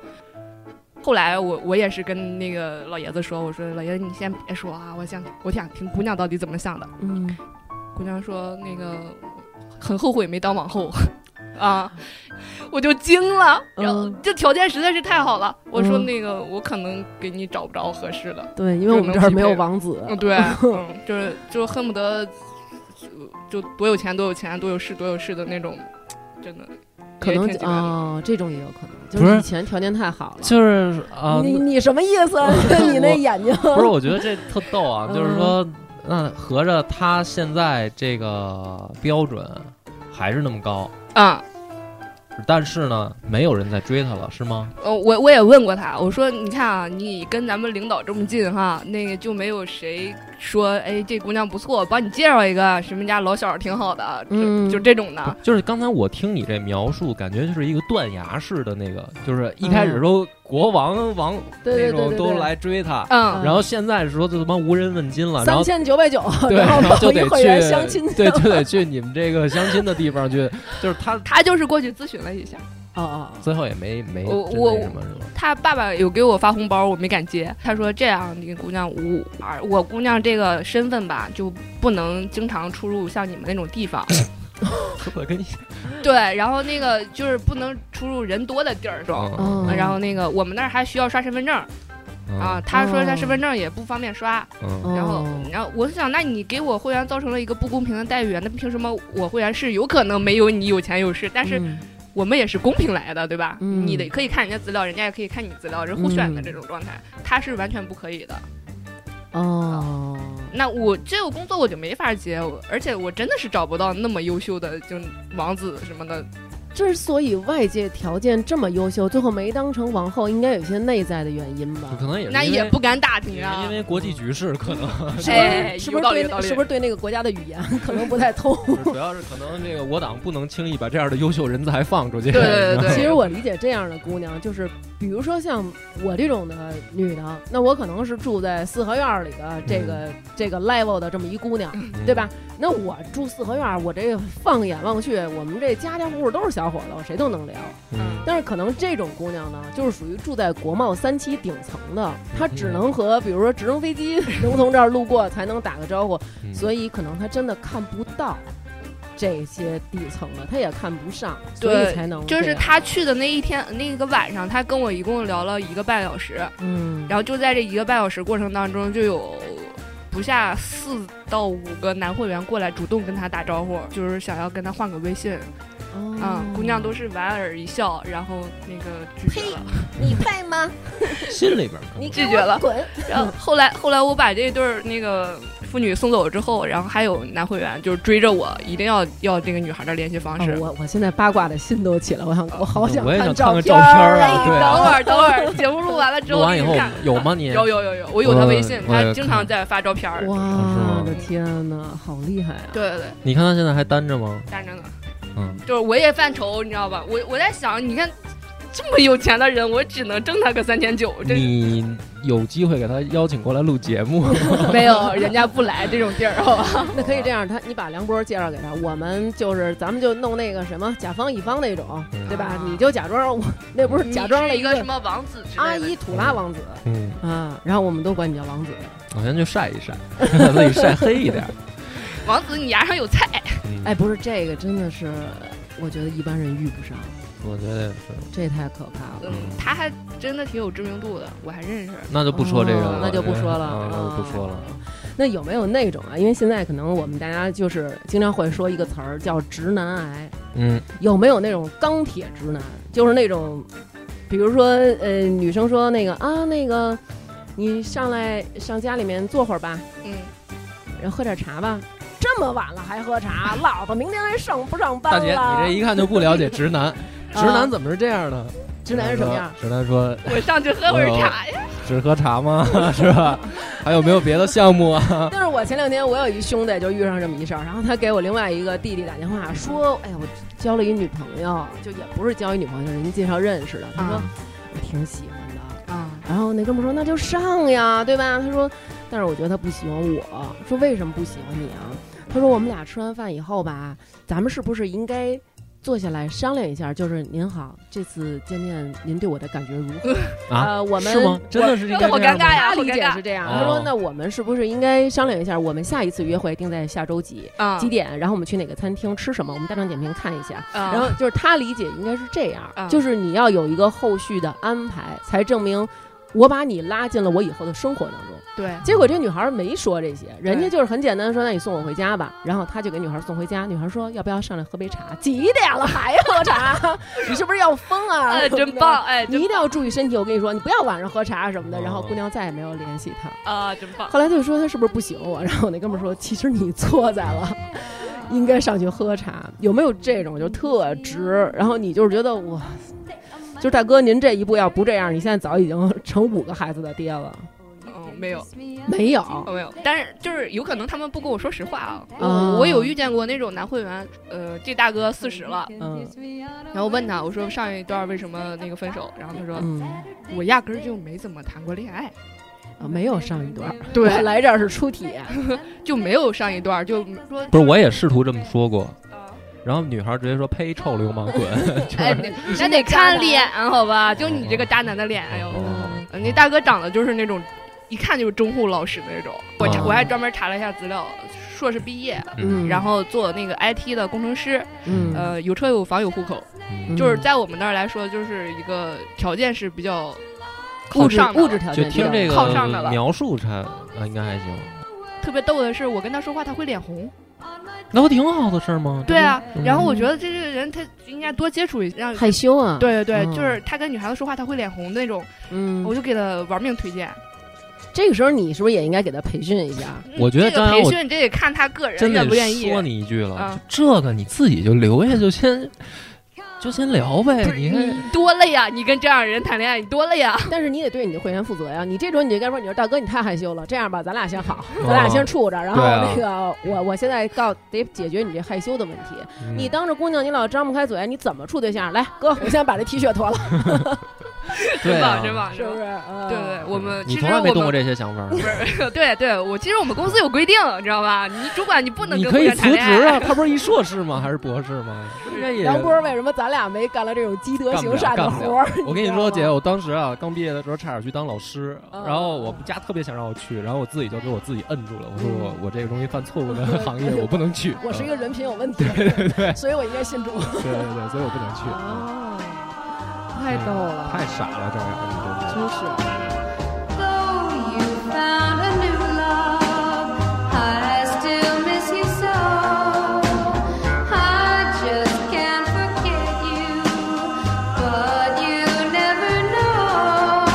D: 后来我我也是跟那个老爷子说，我说老爷子你先别说啊，我想我想听姑娘到底怎么想的。
B: 嗯
D: 姑娘说那个很后悔没当王后 <laughs> 啊，我就惊了，然后
B: 嗯
D: 这条件实在是太好了。我说
B: 嗯
D: 那个我可能给你找不着合适的，，
B: 对，因为我们这儿没有王子，
D: 嗯，
B: <laughs>
D: 对，嗯，就是就恨不得就就多有钱多有钱多有势多有势的那种，真的
B: 可能
D: 也挺极端的
B: 啊、这种也有可能，就
C: 不是
B: 是以前条件太好了。
C: 就是啊，
B: 你你什么意
C: <laughs>
B: 思？ <laughs> 你那眼睛
C: 不是，我觉得这特逗啊，
B: 嗯
C: 就是说，那合着他现在这个标准还是那么高，
D: 啊。
C: 但是呢，没有人在追他了，是吗？
D: 呃，我我也问过他，我说你看啊，你跟咱们领导这么近哈，那个就没有谁说，哎，这姑娘不错，帮你介绍一个，啊什么家老小儿挺好的，啊就、
B: 嗯
D: 就这种的。
C: 就是刚才我听你这描述，感觉就是一个断崖式的那个，就是一开始说国王王
B: 对对对
C: 那种
B: 对
C: 都
B: 对
C: 来追他，
D: 嗯，
C: 然后现在说就他妈无人问津了，然
B: 三
C: 后。
B: 千九百九，
C: 对，然后
B: 后报
C: 就
B: 一
C: 得
B: 会员相
C: 去
B: 亲，去，
C: 对，就得去你们这个相亲的地方去，就是他
D: 他就是过去咨询了一下，
B: <laughs> 哦哦，
C: 最后也没没
D: 我
C: 真
D: 我
C: 那什么是吧？
D: 他爸爸有给我发红包，我没敢接。他说这样，你姑娘我我姑娘这个身份吧，就不能经常出入像你们那种地方。
C: 我跟你讲
D: 对，然后那个就是不能出入人多的地儿
C: 哦
D: 这种。
B: 嗯
D: 然后那个我们那儿还需要刷身份证
C: 哦
D: 啊，，他说他身份证也不方便刷。
C: 嗯
B: 哦
D: 然后，然后我是想，那你给我会员造成了一个不公平的待遇，那凭什么我会员是有可能没有你有钱有势，但是
B: 嗯
D: 我们也是公平来的，对吧？
B: 嗯
D: 你得可以看人家资料，人家也可以看你资料，人互选的这种状态，他是完全不可以的。
B: 哦，
D: 那我这个工作我就没法接，我而且我真的是找不到那么优秀的，就王子什么的，
B: 之所以外界条件这么优秀，最后没当成王后，应该有一些内在的原因
C: <laughs>
B: 吧？
C: 可能也是
D: 那
C: 因为
D: 也不敢打你
C: 也
D: 啊，
C: 是因为国际局势可能， <laughs>
B: 是不
D: 哎
B: 是是不是
D: 有道理
B: 对那
D: 有道理
B: 是不是对那个国家的语言可能不太
D: <laughs>
B: 通？
C: 主要是可能这个我党不能轻易把这样的优秀人才放出去。
D: 对对对对
B: 其实我理解这样的姑娘，就是比如说像我这种的女的，那我可能是住在四合院儿里的这个、
D: 嗯
B: 这个 level 的这么一姑娘，
C: 嗯
B: 对吧？？那我住四合院儿，我这放眼望去，我们这家家户户都是小伙子，我谁都能聊。
C: 嗯
B: 但是可能这种姑娘呢，就是属于住在国贸三期顶层的，她只
C: 嗯
B: 能和比如说直升飞
C: <laughs>
B: 机能从这儿路过才能打个招呼，
C: 嗯
B: 所以可能她真的看不到这些底层的，她也看不上，所
D: 对
B: 以才能
D: 就是
B: 这样
D: 他去的那一天，那个晚上，他跟我一共聊了一个半小时，
B: 嗯，
D: 然后就在这一个半小时过程当中，就有不下四到五个男会员过来主动跟他打招呼，就是想要跟他换个微信
B: 后
D: 啊、姑娘都是莞尔一笑，然后那个拒绝了。
B: 你配吗？
C: 心里边可能
B: 你
D: 拒绝了
B: 滚！
D: 然后后来后来我把这对儿那个妇女送走之后，然后还有男会员就是追着我，一定要要这个女孩的联系方式。
B: 哦我我现在八卦的心都起来，我想我好想
C: 哦我也想
B: 照儿
C: 看看照片儿
D: 哎
C: 啊对
D: 等会儿，等会儿，节目录完了之
C: 录
D: 后，
C: 完以
D: 你
C: 后
D: 看，
C: 有吗你？
D: 有有有有，我有他微信，
C: 我也
D: 他经常在发照片儿。
B: 哇，
C: 哦吗
B: 我的天哪，好厉害啊！
D: 对对对，
C: 你看他现在还单着吗？
D: 单着呢。
C: 嗯，
D: 就是我也犯愁，你知道吧？我我在想，你看这么有钱的人，我只能挣他个三千九，这
C: 你有机会给他邀请过来录节目，
D: <laughs> 没有人家不来这种地儿，哦好吧？
B: 那可以这样，他你把梁波介绍给他，我们就是咱们就弄那个什么甲方乙方那种，
C: 嗯
B: 对吧
D: 啊？
B: 你就假装我那不是假装了
D: 你是一
B: 个
D: 个什啊么王子之
B: 阿
D: 类的
B: 依土拉王子嗯
C: 嗯，
B: 啊，然后我们都管你叫王子。
C: 我先去晒一晒，让自己晒黑一点。
D: 王子，你牙上有菜，
C: 嗯
B: 哎，，不是这个，真的是我觉得一般人遇不上，
C: 嗯我觉得也是，
B: 这太可怕了。
D: 嗯，他还真的挺有知名度的，我还认识。
C: 那就不说这个了
B: 哦，那就不说了，
C: 啊那就不说了。
B: 哦。那有没有那种啊？因为现在可能我们大家就是经常会说一个词儿叫“直男癌”，
C: 嗯，
B: 有没有那种钢铁直男？就是那种，比如说，呃，女生说那个啊，那个，你上来上家里面坐会儿吧，
D: 嗯，
B: 然后喝点茶吧。这么晚了还喝茶，老子明天还上不上班
C: 大
B: 了？
C: 姐，你这一看就不了解
B: <laughs>
C: 直男，直男
B: 啊
C: 怎么是这样呢？
B: 直男是什么样？
C: 直男说
D: 我上去喝会儿茶呀。
C: 只喝茶吗？ <laughs> 是吧？还有没有别的项目啊？
B: 但是我前两天我有一兄弟就遇上这么一事儿，然后他给我另外一个弟弟打电话说，哎呀，我交了一女朋友，就也不是交一女朋友，就是人家介绍认识的。他说、
D: 啊
B: 我挺喜欢的，
D: 啊，
B: 然后那哥们儿说那就上呀，对吧？他说，但是我觉得他不喜欢我，说为什么不喜欢你啊？他说我们俩吃完饭以后吧，咱们是不是应该坐下来商量一下？就是您好，这次见面您对我的感觉如何？
C: 啊
B: 呃，我们
C: 是吗？真的是应该
D: 好
C: 这样
D: 尴
C: 吗
D: 尬呀，
B: 他
D: 好
B: 理
D: 尴
B: 解
D: 尬
B: 是这样，
C: 哦
B: 他说：“那我们是不是应该商量一下，我们下一次约会定在下周几
D: 啊
B: 几点？然后我们去哪个餐厅吃什么？我们大众点评看一下。”
D: 啊
B: 然后就是他理解应该是这样
D: 啊，
B: 就是你要有一个后续的安排，才证明我把你拉进了我以后的生活当中。
D: 对，
B: 结果这女孩没说这些，人家就是很简单地说：“那你送我回家吧。”然后他就给女孩送回家，女孩说：“要不要上来喝杯茶？”几点了还喝
D: <laughs>
B: 茶？你是不是要疯啊？
D: 哎，真棒，哎，
B: 你
D: 真
B: 一定要注意身体，我跟你说，你不要晚上喝茶什么的。然后
C: 哦
B: 姑娘再也没有联系他。
D: 啊，真棒。
B: 后来他就说他是不是不喜欢我？然后我那哥们儿说，其实你错在了，应该上去喝茶。有没有这种就特直？然后你就是觉得我，就是大哥，您这一步要不这样，你现在早已经成五个孩子的爹了。
D: 嗯，没有，
B: 没有，
D: 没有，但是就是有可能他们不跟我说实话啊。
B: 啊
D: 我我有遇见过那种男会员，呃，这大哥四十了，
B: 嗯
D: 然后问他，我说上一段为什么那个分手？然后他说，
B: 嗯，
D: 我压根儿就没怎么谈过恋爱，
B: 啊没有上一段，
D: <laughs> 对
B: 我来这儿是初体，
D: 就没有上一段，就说呃
C: 不是，我也试图这么说过，然后女孩直接说：“呸，臭流氓，滚！”
B: <laughs>
C: 就
D: 哎，
C: 是
D: 那那得看脸好吧？就你这个渣男的脸，哎呦，
C: 哦
D: 呃那大哥长得就是那种一看就是忠厚老实的那种。我查
C: 哦
D: 我还专门查了一下资料，硕士毕业，
B: 嗯，
D: 然后做那个 IT 的工程师，
B: 嗯
D: 呃，有车有房有户口，
C: 嗯
D: 就是在我们那儿来说，就是一个条件是比较
B: 物质
D: 上的
B: 物质条
C: 就
B: 件比较
C: 听这
B: 好
D: 靠上的
C: 个
D: 了
C: 描述差啊，应该还行。
D: 特别逗的是，我跟他说话他会脸红。
C: 那不挺好的事儿吗？
D: 对啊，
C: 嗯
D: 然后我觉得这个人他应该多接触一下，让
B: 害羞啊，，
D: 对对对，
B: 嗯
D: 就是他跟女孩子说话他会脸红那种，
B: 嗯
D: 我，就给他玩命推荐。
B: 这个时候你是不是也应该给他培训一下？
C: 我觉得
D: 这
C: 张
D: 个
C: 扬
D: 培
C: 我
D: 训这得看他个人
C: 真的
D: 愿不愿
B: 嗯
D: 意。
C: 说你一句了，
D: 啊
C: 就这个你自己就留下，就先就先聊呗
D: 不。是
C: 你
D: 你多累呀、你跟这样的人谈恋爱，你多累啊呀、
B: 但是你得对你的会员负责呀。你这种你就该说，你说大哥你太害羞了，这样吧，咱俩先好，咱俩先处着，然后
C: 对啊
B: 那个、我我现在告得解决你这害羞的问题。
C: 嗯
B: 你当着姑娘你老张不开嘴，你怎么处对象？来，哥，我先把这 T 恤
C: <laughs>
B: 脱了，
D: <laughs>
C: 对
D: 真
C: 啊
D: 棒，真棒，
B: 是
D: 真
B: 不
D: 棒
B: 是？嗯、
D: 对对，我们
C: 你
D: 其实
C: 从来
D: 我
C: 没动过
D: 们
C: 这些想法儿，
D: 不 <laughs> 是对对，我其实我们公司有规定，你知道吧？你主管你不能
C: 你
D: 跟
C: 可以
D: 会员
C: 辞
D: 谈恋
C: 职
D: 爱， <laughs>
C: 啊！他不是一硕士吗？还是博士吗？应该也。
B: 杨波为什么咱俩没干了这种积德
C: 干不
B: 行
C: 了
B: 善的
C: 干不了
B: 活儿？ <laughs>
C: 我跟你
B: 知道
C: 说，
B: 吗
C: 姐，我当时啊刚毕业的时候差点去当老师，
B: 嗯
C: 然后我们家特别想让我去，然后我自己就给我自己摁住了，我说
D: 嗯
C: 我我这个容易犯错误的 <laughs> 行业我不能去，
B: 我是一
C: 嗯
B: 个人品有问题，对对对， <laughs> 所以我应该信主。
C: 对对对，所以我不
B: <laughs>
C: 能去，嗯
B: 哦，啊太逗了，
C: 啊太傻了，这样真
B: 真
C: 是。
B: 是。
A: Though you found a new love, I still miss you so. I just can't forget you, but you never know.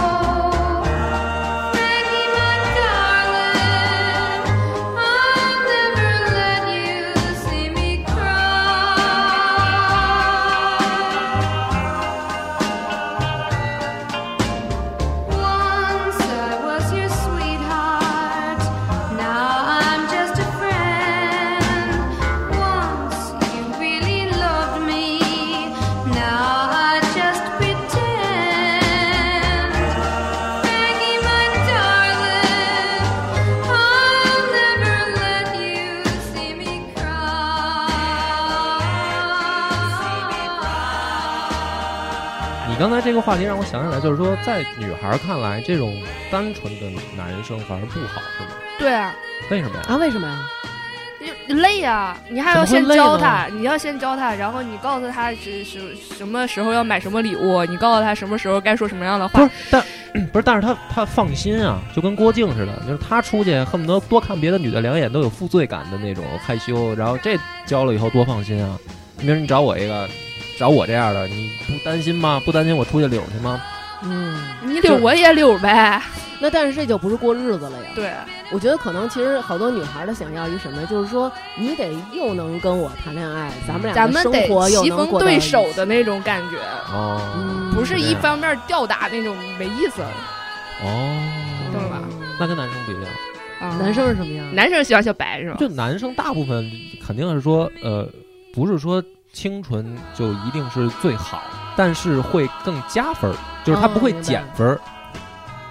A: Frankie, my darling, I'll never let you see me cry. Once I was your sweetheart, now I'm just a friend. Once you really loved me, now I just pretend. Maggie, my darling, I'll never let you see me cry.
C: 你刚才这个话题让我想起来，就是说在女孩儿看来，这种单纯的男生反而不好，是吗？
D: 对啊，
C: 为什么呀？
B: 啊，为什么呀？
D: 你累呀、你还要
C: 怎么
D: 先
C: 会累
D: 教
C: 呢
D: 他，你要先教他，然后你告诉他是是什么时候要买什么礼物，你告诉他什么时候该说什么样的
C: 不
D: 话
C: 是，，但不是，但是他他放心啊，就跟郭靖似的，就是他出去恨不得多看别的女的两眼都有负罪感的那种害羞，然后这交了以后多放心啊。明儿你找我一个，找我这样的，你不担心吗？不担心我出去溜去吗？
B: 嗯，
D: 你溜
C: 就
D: 我也溜呗。
B: 那但是这就不是过日子了呀。
D: 对，
B: 我觉得可能其实好多女孩儿的想要于什么，就是说你得又能跟我谈恋爱，咱们俩
D: 咱
B: 的
D: 们
B: 生
D: 得
B: 活又
D: 棋
B: 能
D: 逢
B: 过到
D: 对
B: 一
D: 手
B: 起
D: 的那种感觉，
C: 哦
B: 嗯，
D: 不是一
C: 般
D: 方面吊打那种没意思。
C: 哦，
D: 懂
B: 嗯
D: 了吧
C: 那跟男生不一样，
D: 啊
B: 男生是什么样？
D: 男生喜欢小白是吧？
C: 就男生大部分肯定是说，呃，不是说清纯就一定是最好，但是会更加分儿，就是他
B: 哦
C: 不会
B: 明白
C: 减分儿。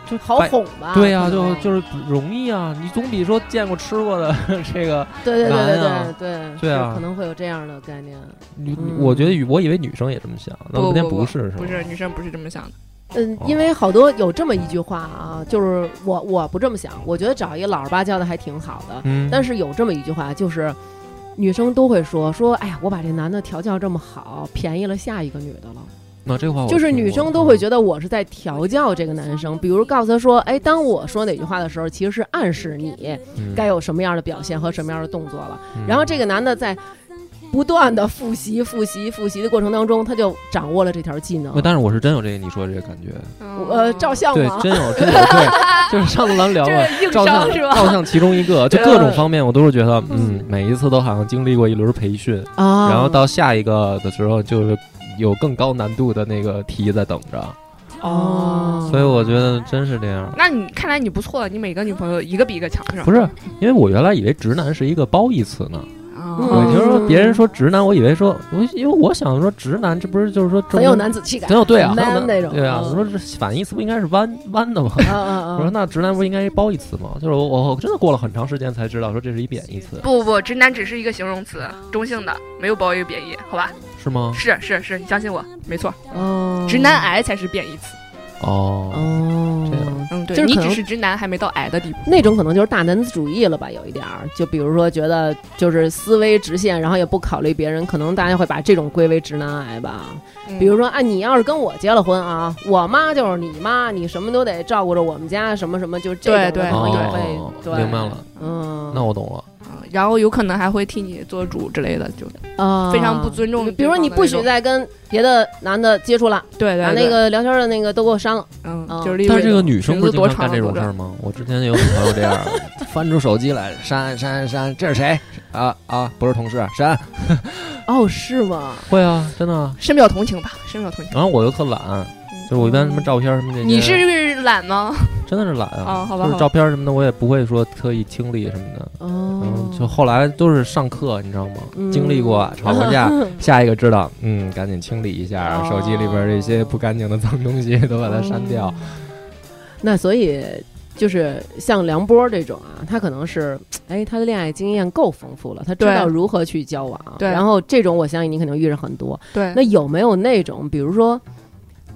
B: 就好
C: 白
B: 哄吧？
C: 对呀、
B: 可
C: 就
B: 啊能
C: 就是不容易啊，你总比说见过吃过的这个，
B: 对对对对
C: 难
B: 对
C: 啊
B: 对
C: 对啊
B: 是可能会有这样的概念。
C: 你
B: 嗯
C: 我觉得我以为女生也这么想，那
D: 不
C: 昨天
D: 不
C: 不是是
D: 不
C: 吗？
D: 是女生不是这么想的，
B: 嗯
C: 哦，
B: 因为好多有这么一句话啊，就是我我不这么想，我觉得找一个老实巴交的还挺好的。
C: 嗯，
B: 但
C: 是
B: 是有这么一句话，就是女生都会说说，哎呀，我把这男的调教这么好，便宜了下一个女的了。
C: 那这话我
B: 就是
C: 哦听
B: 女
C: 过
B: 生都会
C: 嗯
B: 觉得我是在调教这个男生，比如告诉他说，哎，当我说哪句话的时候，其实是暗示你
C: 嗯
B: 该有什么样的表现和什么样的动作了。
C: 嗯
B: 然后这个男的在不断的复习、复习、复习的过程当中，他就掌握了这条技能
C: 不。但是我是真有这个你说的这个感觉，
B: 呃，照相
C: 对
B: 吗，？
C: 真有真有，对，就是上次咱们
B: <laughs>
C: 聊
D: 这
C: 过，
D: 硬
C: 照
D: 伤
C: 相
D: 是吧？
C: 照相其中一个，就
B: 对
C: 各种方面我都是觉得，嗯，每一次都好像经历过一轮培训，
B: 啊，
C: 然后到下一个的时候就是有更高难度的那个题在等着，
B: 哦，
C: 所以我觉得真是这样。
D: 那你看来你不错，你每个女朋友一个比一个强是吧？
C: <laughs> 不是，因为我原来以为直男是一个褒义词呢。
D: 啊，
B: 嗯
C: 我听说别人说直男，我以为说，我因为我想说直男，这不是就是说
B: 很有
C: 专门
B: 男子气概
C: 很，有对啊，
B: 很
C: 很有
B: man
C: 男
B: 那种
C: 对啊。
B: 嗯
C: 我说这反义词不应该是弯弯的吗？
B: 嗯嗯
C: 我说
B: 嗯，
C: 那直男不应该是褒义词吗？就是我我我真的过了很长时间才知道，说这是一贬义词，
D: 不不不，直男只是一个形容词，中性的，没有褒义贬义，好吧？
C: 是吗？
D: 是是是，你相信我，没错，
B: 哦
D: 直男，癌才是贬义词。
C: 哦，
B: 哦
C: 这，样
D: 嗯，
B: 就
D: 对
B: 是
D: 你
B: 可
D: 只
B: 能
D: 是直男，还没到癌的地步。
B: 那种可能就是大男子主义了吧，有一点儿，就比如说觉得就是思维直线，然后也不考虑别人，可能大家会把这种归为直男癌吧。
D: 嗯
B: 比如说，啊，你要是跟我结了婚啊，我妈就是你妈，你什么都得照顾着我们家，什么什么，就这种的
D: 对
B: 可能也
D: 对
B: 会
C: 哦，
B: 对，
C: 明白了，
B: 嗯，
C: 那我懂了。
D: 啊，然后有可能还会替你做主之类的，就
B: 啊，
D: 非常不尊重
B: 比如说你不许
D: 对方的
B: 再跟别的男的接触了，
D: 对对
B: 把
D: 对
B: 那个聊天的那个都给我删了。
D: 嗯
B: 嗯，
D: 就是例如
C: 但是这个女生不是
D: 裙
C: 经
D: 子多
C: 常干
D: 长
C: 这种事儿吗？我之前有女朋友这样， <laughs> 翻出手机来删删删，这是谁？啊啊，不是同事，删。
B: 哦，是吗？
C: 会啊，真的啊。
D: 深表同情吧，深表同情。
C: 然后我又特懒，就是我一般什么照片什么这些，
D: 嗯你是懒吗？
B: <laughs>
C: 真的是懒
D: 哦
C: 啊，
D: 好吧
C: 就是
D: 好吧
C: 照片什么的，我也不会说特意清理什么的。
B: 哦
C: 嗯，，就后来都是上课，你知道吗？
B: 嗯
C: 经历过吵过
D: <laughs>
C: 架，下一个知道，嗯，赶紧清理一下
B: 哦
C: 手机里边这些不干净的脏东西，都把它删掉。
D: 哦
B: 那所以就是像梁波这种啊，他可能是哎，他的恋爱经验够丰富了，他知
D: 对
B: 道如何去交往。
D: 对
B: 然后这种我相信你肯定遇着很多。
D: 对
B: 那，有没有那种，比如说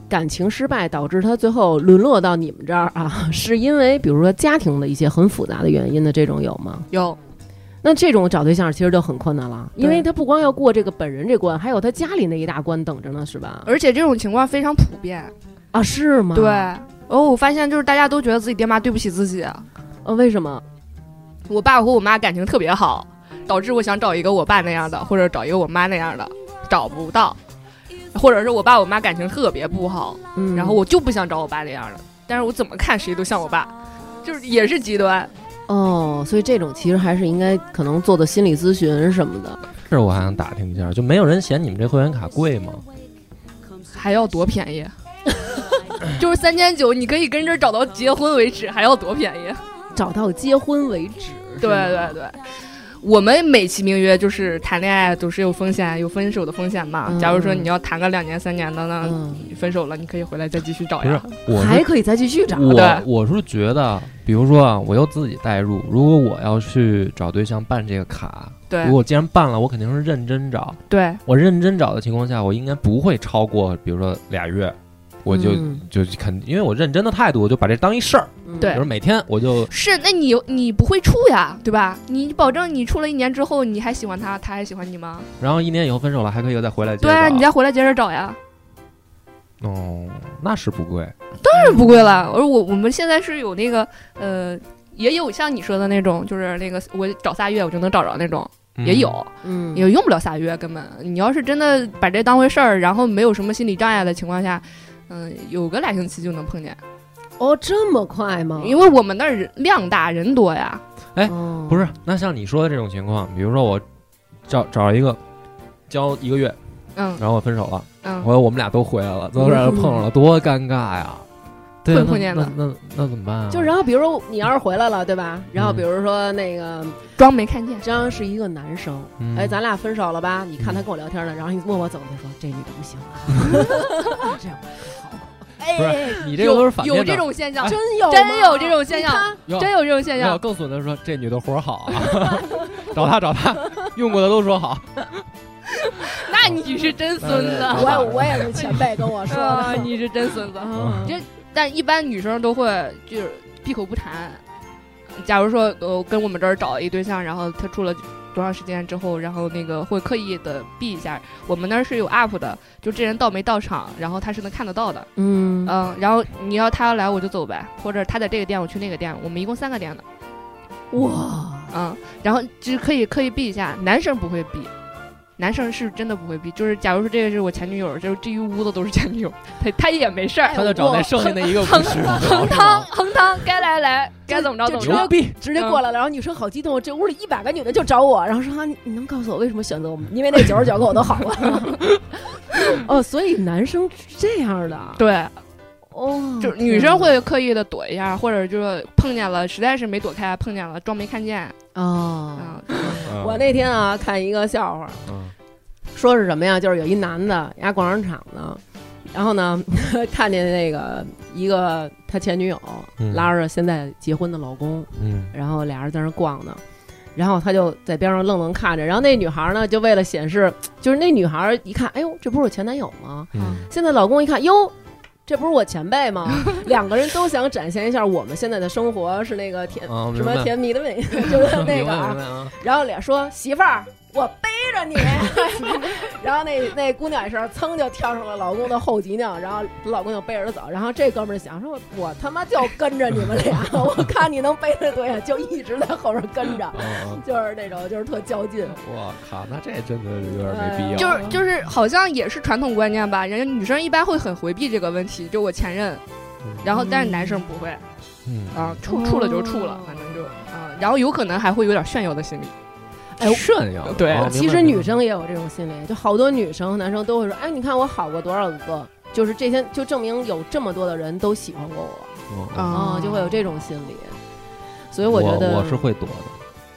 B: 感情失败导致他最后沦落到你们这儿啊， <laughs> 是因为比如说家庭的一些很复杂的原因的这种有吗？
D: 有
B: 那这种找对象其实就很困难了，因为
D: 对
B: 他不光要过这个本人这关，还有他家里那一大关等着呢，是吧？
D: 而且这种情况非常普遍。
B: 啊，是吗？
D: 对，然后我发现就是大家都觉得自己爹妈对不起自己。
B: 呃，为什么？
D: 我爸和我妈感情特别好，导致我想找一个我爸那样的，或者找一个我妈那样的，找不到，或者是我爸我妈感情特别不好，
B: 嗯，
D: 然后我就不想找我爸那样的，但是我怎么看谁都像我爸，就是也是极端。
B: 哦，所以这种其实还是应该可能做做心理咨询什么的。
C: 这我还想打听一下，就没有人嫌你们这会员卡贵吗？
D: 还要多
B: <laughs>
D: 便宜？就是三千九，你可以跟这儿找到结婚为止，还要多便宜？ <laughs>
B: 找到结婚为止。是
D: 对
B: 吗
D: 对对，我们美其名曰就是谈恋爱都是有风险，有分手的风险嘛。
B: 嗯
D: 假如说你要谈个两年三年的，那
B: 嗯
D: 你分手了，你可以回来再继续找
C: 不是
D: 呀。，
C: 我
B: 还
C: 是
B: 可以再继续找。
C: 我
D: 对
C: 我是觉得，比如说啊，我又自己代入，如果我要去找对象办这个卡，
D: 对
C: 如果既然办了，我肯定是认真找。
D: 对
C: 我认真找的情况下，我应该不会超过，比如说俩月，我就、
B: 嗯
C: 就肯，因为我认真的态度，我就把这当一事儿。
B: 嗯
D: 对，
C: 比如每天我就是
D: 那你你不会处呀，对吧？你保证你处了一年之后，你还喜欢他，他还喜欢你吗？
C: 然后一年以后分手了，还可以再回来接着
D: 对啊，
C: 找
D: 你再回来接着找呀。
C: 哦，那是不贵，
D: 当然不贵了。而我我们现在是有那个呃，也有像你说的那种，就是那个我找仨月我就能找着那种，也有，
B: 嗯，
D: 也用不了仨月，根本。你要是真的把这当回事儿，然后没有什么心理障碍的情况下。嗯，有个俩星期就能碰见，
B: 哦，这么快
C: 嗯
B: 吗？
D: 因为我们那儿人量大人多呀。
C: 哎
B: 哦
C: 不是？那像你说的这种情况，比如说我找找一个交一个月，
D: 嗯
C: 然后我分手了，
D: 嗯，
C: 后来我们俩都回来了，都在这碰上了，多尴尬呀！对啊，
D: 会碰见
C: 那
D: 的
C: 那那那怎么办啊？
B: 就然后，比如说你要是回来了，对吧？然后
C: 嗯
B: 比如说那个
D: 装没看见。
B: 张是一个男生，
C: 嗯
B: 哎，咱俩分手了吧？你看他跟我聊天呢，然后你默默走过去说这女的不行啊， <laughs> 哎这样
C: 不
B: 哎，
C: 是你这个都是反面
D: 有
C: 的
D: 这种现象，
C: 哎
B: 真有
D: 真有
B: 吗
D: 这种现象
B: 你看
C: 有
D: 真有这种现
C: 没有
D: 象。
C: 更损的是说这女的活儿好啊，找她找她，用过的都说好，
D: 那你是真孙子，
C: 嗯
B: 我也我也是前辈跟我说
D: 啊
B: 的，
D: 你是真孙子。
B: 啊
D: 这但一般女生都会就是闭口不谈。假如说呃跟我们这儿找一对象，然后他处了多长时间之后，然后那个会刻意的避一下。我们那儿是有 app 的，就这人到没到场，然后他是能看得到的。
B: 嗯
D: 嗯，然后你要他要来我就走呗，或者他在这个店我去那个店，我们一共三个店的。
B: 哇，
D: 嗯，然后就是可以刻意避一下，男生不会避。男生是真的不会避，就是假如说这个是我前女友，就是这一屋子都是前女友，他他也没事儿，
C: 她就找
B: 哎
C: 那剩下那一个五十，
D: 横汤横汤，该来来，该怎么着
B: 就
D: 怎么
B: 直接
D: 着
C: 牛。逼！
B: 直接过来了，然后女生好激动，这屋里一百个女的就找我，然后说啊，你你能告诉我为什么选择我们？因为那九十九个我都好过。哦，所以男生是这样的，
D: 对，
B: 哦，
D: 就是女生会刻意的躲一下，或者就是碰见了，实在是没躲开，碰见了装没看见
B: 哦。
D: 啊。
B: 我那天啊看一个笑话，
C: 嗯
B: 说是什么呀？就是有一男的压逛商场呢，然后呢 <laughs> 看见那个一个他前女友
C: 嗯
B: 拉着现在结婚的老公，
C: 嗯
B: 然后俩人在那儿逛呢，然后他就在边上愣愣看着，然后那女孩呢就为了显示，就是那女孩一看，哎呦，这不是我前男友吗？
C: 嗯
B: 现在老公一看，哟。这不是我前辈吗？两个人都想展现一下我们现在的生活是那个甜、
C: 啊，
B: 什
C: 明白 <laughs>
B: 么甜蜜的美，就是那个
C: 明白
B: 啊
C: 明。白啊，
B: 然后俩说媳妇儿，我背着你。然后那那姑娘也是噌就跳上了老公的后脊梁，然后老公就背着走。然后这哥们儿想说，我他妈就跟着你们俩，我看你能背得对啊，就一直在后边跟着，
C: 哦
B: 就是那种就是特较劲。
C: 我靠，那这真的有点没必要。
D: 就是就是，好像也是传统观念吧，人家女生一般会很回避这个问题，就我前任，然后但是男生不会
C: 嗯
D: 啊，处处了就处了
B: 哦，
D: 反正就啊，然后有可能还会有点炫耀的心理，
B: 哎我
C: 炫耀
D: 对
C: 哦明白
B: 其实
C: 明白
B: 女生也有这种心理，就好多女生和男生都会说，哎，你看我好过多少个，就是这些就证明有这么多的人都喜欢过我，
C: 哦
D: 啊
B: 啊、
D: 哦
B: 就会有这种心理。所以我觉得
C: 我是会躲的，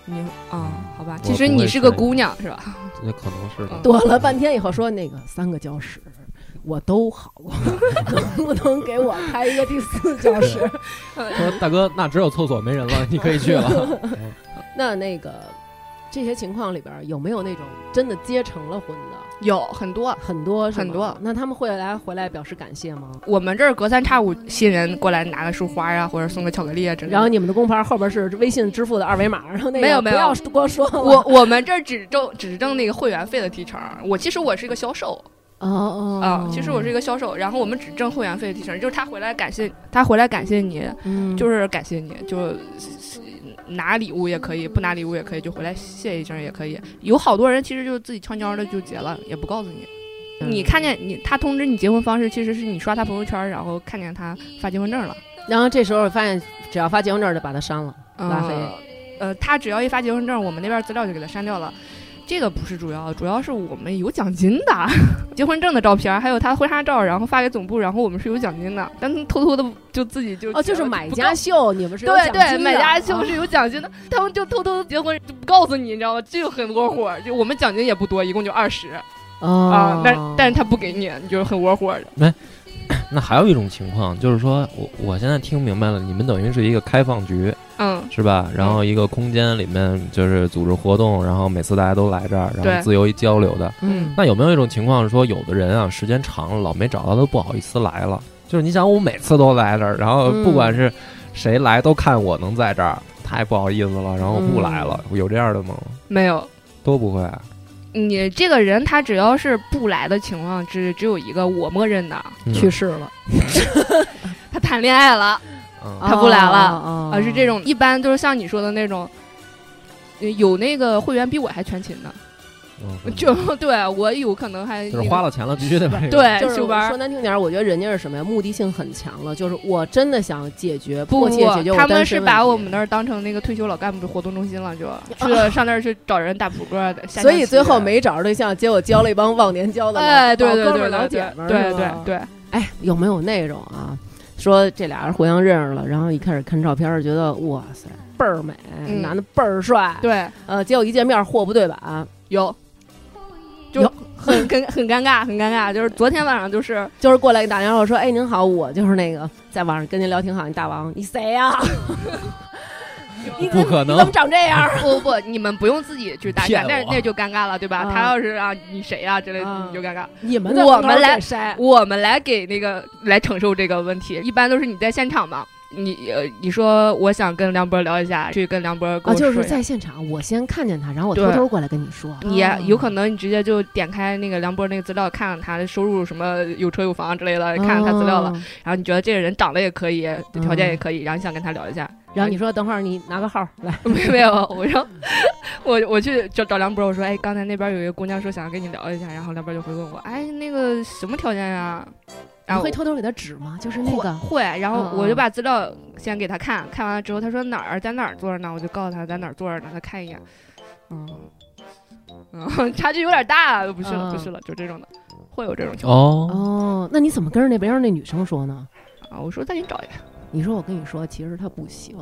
D: 你啊，好吧，
C: 嗯我
D: 其实
C: 不会
D: 你是个
C: 炫耀
D: 姑娘是吧？
C: 那可能是
D: <laughs>
C: 吧。
B: 躲了半天以后说那个三个搅屎，我都好
D: <laughs>
B: 过，能不能给我开一个第四搅
D: <laughs>
B: 屎？
C: 说大哥，那只有厕所没人了，你可以去了。
B: 那那个这些情况里边儿有没有那种真的结成了婚的？
D: 有很多，
B: 很多是吗
D: 啊很多
B: 那他们会来回来表示感谢吗？
D: 我们这儿隔三差五新人过来拿个束花啊，或者送个巧克力啊之类的。
B: 然后你们的工牌后边是微信支付的二维码，然后那个
D: 没有没有
B: 不要多说了。
D: 我我们这儿只挣只挣那个会员费的提成，我其实我是一个销售
B: 哦哦
D: 啊、其实我是一个销售，然后我们只挣会员费的提成，就是他回来感谢他回来感谢你，
B: 嗯
D: 就是感谢你，就拿礼物也可以，不拿礼物也可以，就回来谢一声也可以。有好多人其实就自己悄悄的就结了，也不告诉你。你看见你他通知你结婚方式，其实是你刷他朋友圈，然后看见他发结婚证了。
B: 然后这时候发现只要发结婚证就把它删了。拉
D: 呃
B: 黑
D: 呃，他只要一发结婚证，我们那边资料就给他删掉了。这个不是主要，主要是我们有奖金的， <laughs> 结婚证的照片，还有他婚纱照，然后发给总部，然后我们是有奖金的，但偷偷的就自己就
B: 哦，就是
D: 不
B: 买
D: 告
B: 家秀，你们是有
D: 对
B: 奖金
D: 对，
B: 的
D: 买家秀
B: 啊
D: 是有奖金的，他们就偷偷的结婚就不告诉你，你知道吗？这有很窝火，就我们奖金也不多，一共就二十啊
B: 哦，，
D: 但但是他不给你，你就是很窝火的。
C: 那还有一种情况，就是说我我现在听明白了，你们等于是一个开放局，
D: 嗯，
C: 是吧？然后一个空间里面就是组织活动，然后每次大家都来这儿，然
D: 对
C: 后自由一交流的。
B: 嗯
C: 那有没有一种情况说，有的人啊，时间长了老没找到，都不好意思来了？就是你想，我每次都来这儿，然后
B: 嗯
C: 不管是谁来，都看我能在这儿，太不好意思了，然后不来了。有这样的吗？
D: 没有。
C: 都不会啊。
D: 你这个人，他只要是不来的情况，只只有一个我默认的，
C: 嗯
B: 去世了，
D: 他谈恋爱了
C: 嗯
D: 他不来了
B: 啊
D: 啊，是这
C: 哦
D: 种，一般都是像你说的那种，呃有那个会员比我还全勤的，
C: 嗯
D: 就对我有可能还
C: 就是花
D: 了
C: 了钱了，必须得把这个 <laughs>
D: 对
B: 就是
D: 秀班
B: 说
D: 儿。
B: 难听点儿，我觉得人家是什么呀？目的性很强了，就是我真的想解决，
D: 不
B: 迫切解决
D: 不，
B: 我
D: 他
B: 单身
D: 们是
B: 问
D: 把
B: 题
D: 我们那儿当成那个退休老干部的活动中
B: <laughs>
D: 心了，就去了上那儿去找人打扑克的。下
B: 所
D: 象
B: 以
D: 棋
B: 最后没找着对象，结果交了一帮忘年交的老
D: 哎，对对
B: 老哥们
D: 对
B: 儿老
D: 对对
B: 姐们儿，
D: 对
B: 是
D: 对
B: 吧
D: 对，
B: 哎，有没有那种啊？说这俩人互相认识了，然后一开始看照片儿，觉得哇塞倍儿美，
D: 嗯
B: 男的倍儿帅，
D: 对
B: 呃，结果一见面货不对版，
D: 有。就
B: 有
D: 很很很尴尬，很尴尬。就是昨天晚上，就是
B: 就是过来给打电话说，哎，您好，我就是那个在网上跟您聊挺好，你大王，你谁呀、你怎么
C: 不可能
B: 你怎么长这样？
D: <laughs> 不不，你们不用自己去搭讪
C: 骗，
D: 那
C: 我
D: 那就尴尬了，对吧？
B: 啊
D: 他要是啊，你谁呀之类
B: 啊
D: 的，你就尴尬。
B: 你们在
D: 我
B: 门口
D: 们来
B: 给谁？
D: 我们来给那个来承受这个问题，一般都是你在现场嘛。你呃，你说我想跟梁波聊一下，去跟梁波跟
B: 啊，
D: 我
B: 就
D: 说一下。
B: 是在现场，我先看见他，然后我
D: 对
B: 偷偷过来跟你说，
D: 你也
B: 啊
D: 有可能你直接就点开那个梁波那个资料，看看他的收入什么有车有房之类的，看看他资料了，
B: 啊
D: 然后你觉得这个人长得也可以，条
B: 嗯
D: 件也可以，然后你想跟他聊一下，
B: 然后你说等会儿你拿个号来，
D: <laughs> 没没有，我说我我去找找梁波，我说哎，刚才那边有一个姑娘说想跟你聊一下，然后梁波就会问我，哎，那个什么条件呀、然
B: 你
D: 后
B: 会
D: 啊我
B: 偷偷给他指吗？就是那
D: 会
B: 个
D: 会，然后
B: 嗯
D: 我就
B: 嗯
D: 把资料先给他看，看完了之后，他说哪儿啊在哪儿坐着呢，我就告诉他在哪儿坐着呢，他看一眼，嗯嗯， <laughs> 差距有点大，不是了，
B: 嗯
D: 不是了，就这种的，会有这种情况
B: <laughs>
C: 哦，
B: 哦，那你怎么跟着那边那女生说呢？
D: 啊。我说再给你找一下，
B: 你说我跟你说，其实他不行，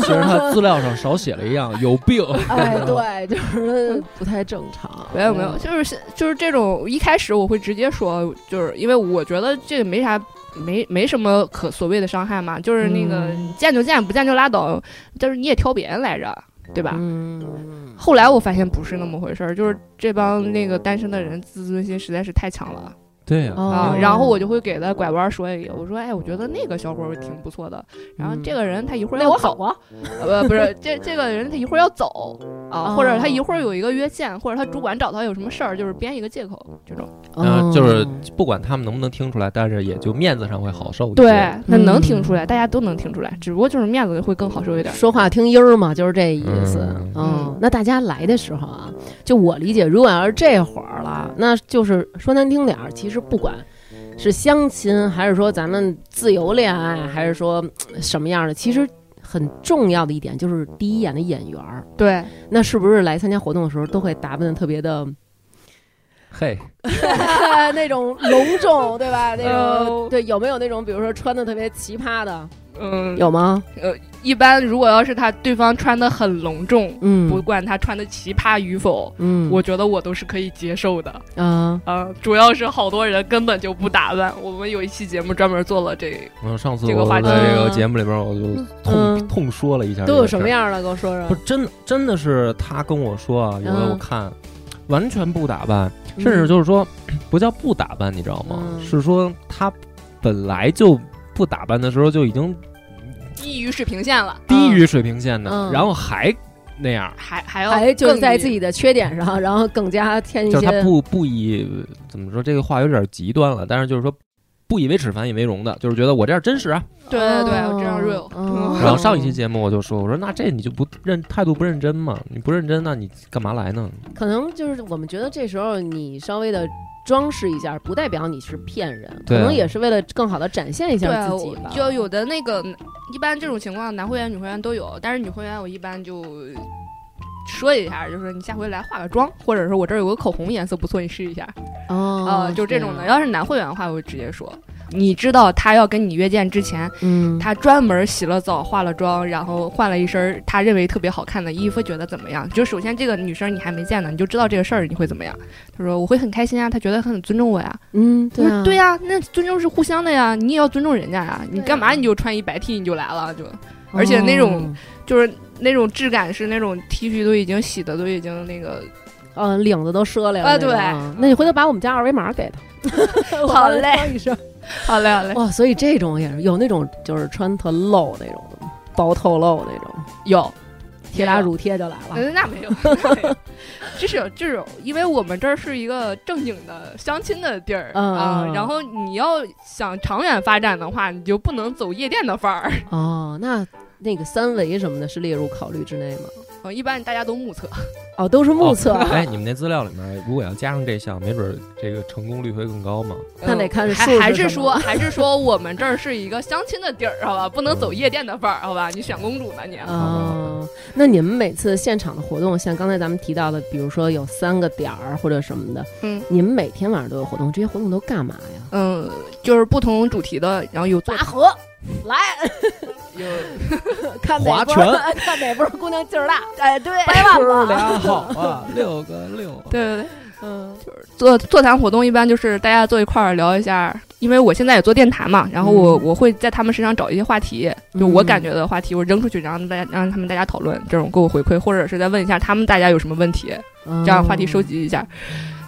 C: 其实他资料上少写了一样，有病。
B: <laughs> 哎，对，就是不太正常。
D: 没有没有，就是是就是这种，一开始我会直接说，就是因为我觉得这个没啥。没没什么可所谓的伤害嘛，就是那个
B: 嗯
D: 见就见，不见就拉倒。但是你也挑别人来着，对吧？
B: 嗯，
D: 后来我发现不是那么回事儿，就是这帮那个单身的人自尊心实在是太强了
C: <laughs> 对呀，
B: 哦
D: 啊。然后我就会给他拐弯儿说一句，我说哎，我觉得那个小伙儿挺
B: 嗯
D: 不错的。然后这个人他一会儿
B: 那我
D: 要
B: 好
D: 走，
B: 啊，
D: 呃，不是这这个人他一会儿要走，啊，
B: 哦
D: 或者他一会儿有一个约见，或者他主管找他有什么事儿，就是编一个借口这种。
C: 嗯
B: 哦
C: 就是不管他们能不能听出来，但是也就面子上会好受一些。
D: 对，那能
B: 嗯
D: 听出来，大家都能听出来，只不过就是面子会更好受一点。
B: 说话听音儿嘛，就是这意思。
C: 嗯
B: 嗯那大家来的时候啊，就我理解，如果要是这会儿了，那就是说难听点儿，其实不管是相亲，还是说咱们自由恋爱，还是说呃什么样的，其实很重要的一点就是第一眼的眼缘儿。
D: 对，
B: 那是不是来参加活动的时候都会打扮的特别的
C: 嘿，
B: <laughs> 那种隆重，对 <laughs> 吧？那
D: 呃
B: 种对，有没有那种比如说穿的特别奇葩的？
D: 嗯，
B: 有吗？
D: 一般如果要是他对方穿的很隆重，
B: 嗯，
D: 不，管他穿的奇葩与否，
B: 嗯，
D: 我觉得我都是可以接受的。
B: 啊，
D: 呃，主要是好多人根本就不打扮。我们有一期节目专门做了这个，
C: 嗯，上次
D: 这个
C: 我
D: 话
C: 在
D: 题
C: 这个节目里边，我就痛、
B: 嗯
C: 痛说了一下，
B: 都有什么？样的？跟我说说
C: 不是。真的真的是他跟我说啊，有的
B: 嗯
C: 我看、完全不打扮，甚
D: 嗯
C: 至就是说 <clears throat> 不叫不打扮，你知道吗？
B: 嗯
C: 是说他本来就不打扮的时候就已经
D: 低于水平线了，
C: 低于水平线的，
B: 嗯
C: 然后还那样，
D: 还还要
B: 还就是
D: 更
B: 在
D: 低
B: 自己的缺点上，然后更加添一
C: 就是他
B: 些
C: 不不以怎么说这个话有点极端了，但是就是说不以为耻反以为荣的，就是觉得我这样真实啊。
D: 对对对，我这样
B: 哦
D: real，嗯
B: <laughs> 哦
C: 然后上一期节目我就说，我说那这你就不认态度不认真嘛，你不认真那你干嘛来呢？
B: 可能就是我们觉得这时候你稍微的装饰一下，不代表你是骗人，可
C: 对啊
B: 能也是为了更好的展现一下自己
D: 对，
B: 吧
D: 我。就有的那个，一般这种情况男会员、女会员都有，但是女会员我一般就说一下，就是你下回来化个妆，或者是我这儿有个口红颜色不错，你试一下啊、
B: 哦，
D: 就这种的。
B: 样，
D: 要是男会员的话，我就直接说，你知道他要跟你约见之前，
B: 嗯，
D: 他专门洗了澡、化了妆，然后换了一身他认为特别好看的衣服，觉得怎么样？就首先这个女生你还没见呢，你就知道这个事儿你会怎么样？他说我会很开心啊，他觉得很尊重我呀。
B: 嗯，对
D: 我说
B: 啊，
D: 对呀、那尊重是互相的呀，你也要尊重人家呀。你
B: 对
D: 干嘛
B: 啊
D: 你就穿一白 T 你就来了，就而且那种就是那种质感是那种 T 恤都已经洗的都已经那个
B: 哦，嗯，领子都折了
D: 啊
B: 那种
D: 对
B: 那你回头把我们家二维码给
D: <laughs>
B: 他，
D: 好嘞
B: 我帮你说
D: <laughs> 好嘞好嘞，
B: 哇，所以这种也是有那种就是穿特露那种的吗，薄透露那种，
D: 有啊
B: 贴
D: 没
B: 俩
D: 有
B: 乳贴就来了。
D: 嗯，那没 <laughs> 有，那没有就是有就是有，因为我们这儿是一个正经的相亲的地儿
B: 嗯
D: 啊、
B: 嗯嗯
D: 然后你要想长远发展的话，你就不能走夜店的范儿。 <laughs>
B: 哦，那那个三维什么的是列入考虑之内吗？
D: 嗯一般大家都目测，
B: 哦，都是目测，
C: 哦哎，你们那资料里面如果要加上这项，没准儿这个成功率会更高嘛。
B: 那得看
D: 嗯
B: 数
D: 还
B: 是
D: 还
B: 什么
D: 是 <laughs> 说还是说我们这儿是一个相亲的地儿，好吧，不能走夜店的范儿，好吧？你选公主呢你？啊
B: 哦，那你们每次现场的活动，像刚才咱们提到的，比如说有三个点儿或者什么的，
D: 嗯
B: 你们每天晚上都有活动，这些活动都干嘛呀？
D: 嗯，就是不同主题的，然后有做
B: 河来
D: <laughs> 有
B: <laughs> 看
C: 哪波儿划，
B: <laughs> 看哪波姑娘劲儿大，哎，对，
C: 俩好啊，六个六。
D: 对对对，
B: 嗯
D: 座座谈活动一般就是大家坐一块儿聊一下，因为我现在也做电台嘛，然后我、
B: 嗯
D: 我会在他们身上找一些话题，就我感觉的话题，我扔出去，然后大家让他们大家讨论，这种给我回馈，或者是再问一下他们大家有什么问题，
B: 嗯
D: 这样话题收集一下。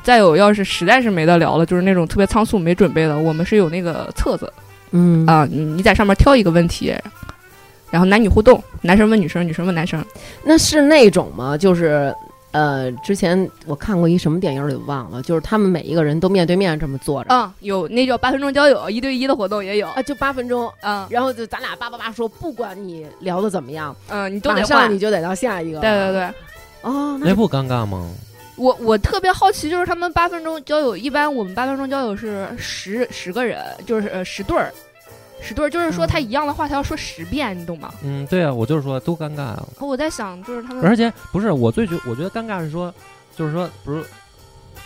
D: 再有，要是实在是没得聊了，就是那种特别仓促没准备的，我们是有那个册子
B: 嗯
D: 啊、你你在上面挑一个问题，然后男女互动，男生问女生，女生问男生，
B: 那是那种吗？就是。呃，之前我看过一什么电影儿，给忘了，就是他们每一个人都面对面这么坐着，
D: 嗯，有那叫八分钟交友，一对一的活动也有，
B: 哦啊，就八分钟，
D: 嗯
B: 然后就咱俩叭叭叭说，不管你聊的怎么样，
D: 嗯，你都
B: 马
D: 得
B: 上
D: 换，
B: 你
D: 对
B: 就得到下一个了。
D: 对对。
B: 哦，那
C: 那哎不尴尬吗？
D: 我我特别好奇，就是他们八分钟交友，一般我们八分钟交友是十十个人，就是呃十对儿，十对儿，就是说
B: 嗯
D: 他一样的话，他要说十遍，你懂吗？
C: 嗯，对啊，我就是说多尴尬啊！
D: 我在想，就是他们
C: 而且不是我最觉，我觉得尴尬是说，就是说不是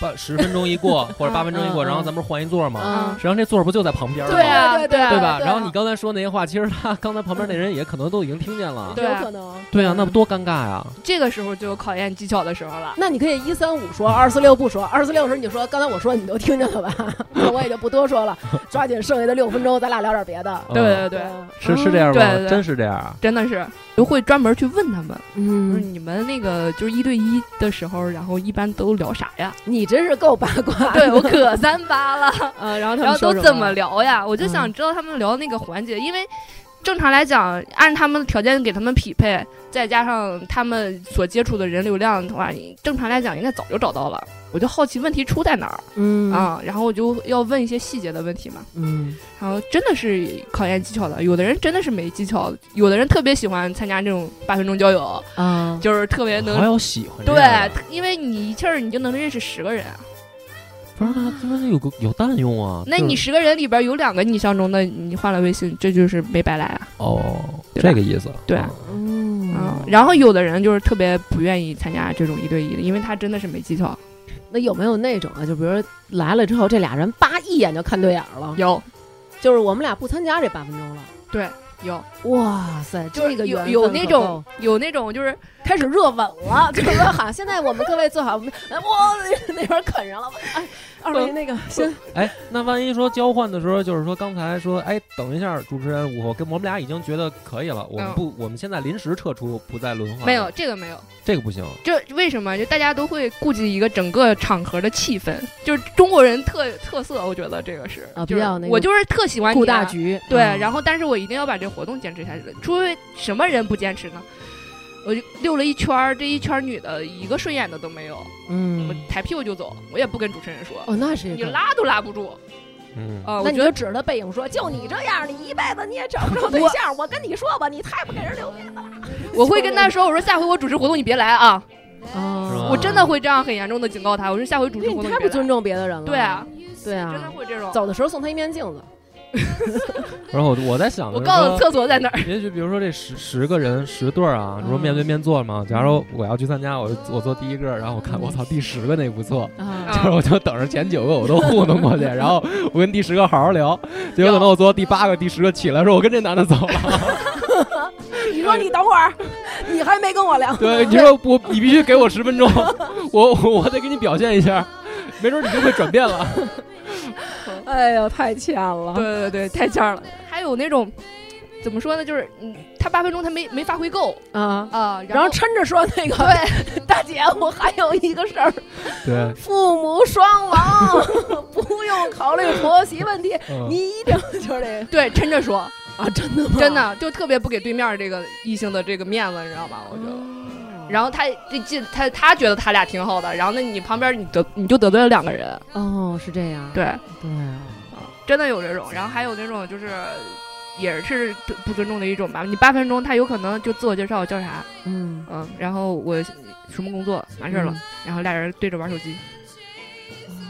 C: 八十分钟一过或者八分钟一
B: 嗯
C: 过，
B: 嗯
C: 然后咱们不是换一座吗？
B: 嗯
D: 嗯
C: 实际上这座不就在旁边吗？
D: 对啊对啊
C: 对吧？
D: 啊
C: 然后你刚才说那些话，其实他刚才旁边那人也可能都已经听见了。
D: 对啊
B: 有可能。
C: 对啊，那不多尴尬呀！
D: 这个时候就有考验技巧的时候了。
B: 那你可以一三五说，二四六不说，二四六时你说，刚才我说你都听见了吧？那我也就不多说了，抓紧剩下的六分钟，咱俩聊点别的。
D: 对
C: 嗯
D: 对对，
C: 是是这样
D: 对
C: 吗？
D: 对
C: 真是这样啊？
D: 真的是就会专门去问他们，就是
B: 嗯，
D: 你们那个就是一对一的时候，然后一般都聊啥呀？
B: 你真是够八卦的。
D: 对我可三八了。
B: 呃，然后他们
D: 然后
B: 说
D: 都
B: 什
D: 怎么聊呀？我就
B: 嗯
D: 想知道他们聊那个环节，因为正常来讲，按他们的条件给他们匹配，再加上他们所接触的人流量的话，正常来讲应该早就找到了。我就好奇问题出在哪儿
B: 嗯
D: 啊、然后我就要问一些细节的问题嘛。
B: 嗯
D: 然后真的是考验技巧的，有的人真的是没技巧，有的人特别喜欢参加这种八分钟交友，
B: 啊，
D: 就是特别能
C: 还有喜欢这
D: 对
C: 样的，，
D: 因为你一气儿你就能认识十个人啊，
C: 不是他他妈有个有蛋用啊？
D: 那
C: 就是
D: 你十个人里边有两个你相中的，你换了微信，这就是没白来啊。
C: 哦，
D: 对吧
C: 这个意思
D: 对
C: 啊
D: 嗯
B: 嗯，，
D: 然后有的人就是特别不愿意参加这种一对一的，因为他真的是没技巧。
B: 那有没有那种啊？就比如说来了之后，这俩人叭一眼就看对眼儿了，
D: 有，
B: 就是我们俩不参加这八分钟了。
D: 对，有，
B: 哇塞，
D: 就
B: 这
D: 是
B: 个
D: 有
B: 缘
D: 有
B: 分
D: 那
B: 可
D: 种有那种就是
B: 够开始热吻了， <laughs> 就是说好，现在我们各位做好，哎哇，那边啃上了，哎，二位那个先，
C: 哎，那万一说交换的时候，就是说刚才说，哎，等一下，主持人，我跟我们俩已经觉得可以了，我们
D: 嗯
C: 不，我们现在临时撤出，不再轮换。
D: 没有，这个没有，
C: 这个不行。
D: 就为什么就大家都会顾及一个整个场合的气氛，就是中国人特特色，我觉得这个是
B: 啊
D: 就是
B: 比较那个
D: 我就是特喜欢你啊
B: 顾大局，
D: 对，
B: 嗯
D: 然后但是我一定要把这活动坚持下去，除非什么人不坚持呢？我就溜了一圈儿，这一圈儿女的一个顺眼的都没有，我
B: 嗯，
D: 抬屁股就走，我也不跟主持人说，
B: 哦，那是一
D: 你
B: 个。哦
D: 拉都拉不住
C: 嗯，
B: 那
D: 啊、我
B: 你就
D: 觉得
B: 指着背影说：“就你这样，你一辈子你也找不着对象。我跟你说吧，你太不给人留面子了。 <laughs>
D: 我会跟他说，我说下回我主持活动你别来啊，
C: 是吧
B: 哦
D: 我真的会这样很严重的警告他，我说下回主
B: 因
D: 持
B: 为
D: 活
B: 你
D: 动
B: 太不
D: 别来。
B: 尊重别的人了。
D: 对啊，
B: 对
D: 真的
B: 啊，
D: 会这种。
B: 走的时候送他一面镜子。
C: 然后我我在想
D: 我
C: 的是
D: 告诉
C: 说，
D: 你厕所在
B: <laughs>
D: 哪儿。
C: 也许比如说这十十个人十对儿啊，你说
B: 嗯
C: 面对面坐嘛，假
D: 嗯
C: 如我要去参加，我就我坐第一个，然后我看
B: 嗯
C: 我操第十个那不错，
B: 啊
C: <laughs>
D: 啊
C: 就是我就等着前九个我都糊弄过去，然后我跟第十个好好聊，结果等到我坐到第八个、第十个起来说，我跟这男的走了。
B: <laughs>
C: <laughs>
B: 你说你等会儿，你还没跟我 <laughs> 聊。
C: 对，你说我你必须给我十分钟，我我我得给你表现一下，没准你就会转变了。
B: 哎呦，太欠了。
D: 对对对，太欠了。还有那种怎么说呢，就是嗯，他八分钟他没没发挥够
B: <laughs> 啊，
D: 啊，
B: 然后抻着说那个， <laughs> 大姐，我还有一个事儿，
C: <laughs> 对，
B: 父母双亡， <laughs> 不用考虑婆媳问题，
C: 嗯，
B: 你一定 <laughs> 就是这个
D: 对抻着
B: <laughs>
D: 说，
B: 啊，真的吗？
D: 真的就特别不给对面这个异性的这个面子，你知道吗？我觉得。
B: 哦。
D: 然后他这这他他觉得他俩挺好的，然后那你旁边你得你就得罪了两个人，
B: 哦，是这样。
D: 对，
B: 对啊，
D: 真的有这种。然后还有那种就是也是不尊重的一种吧，你八分钟他有可能就自我介绍我叫啥，
B: 嗯，
D: 嗯，然后我什么工作完事儿了，然后俩人对着玩手机，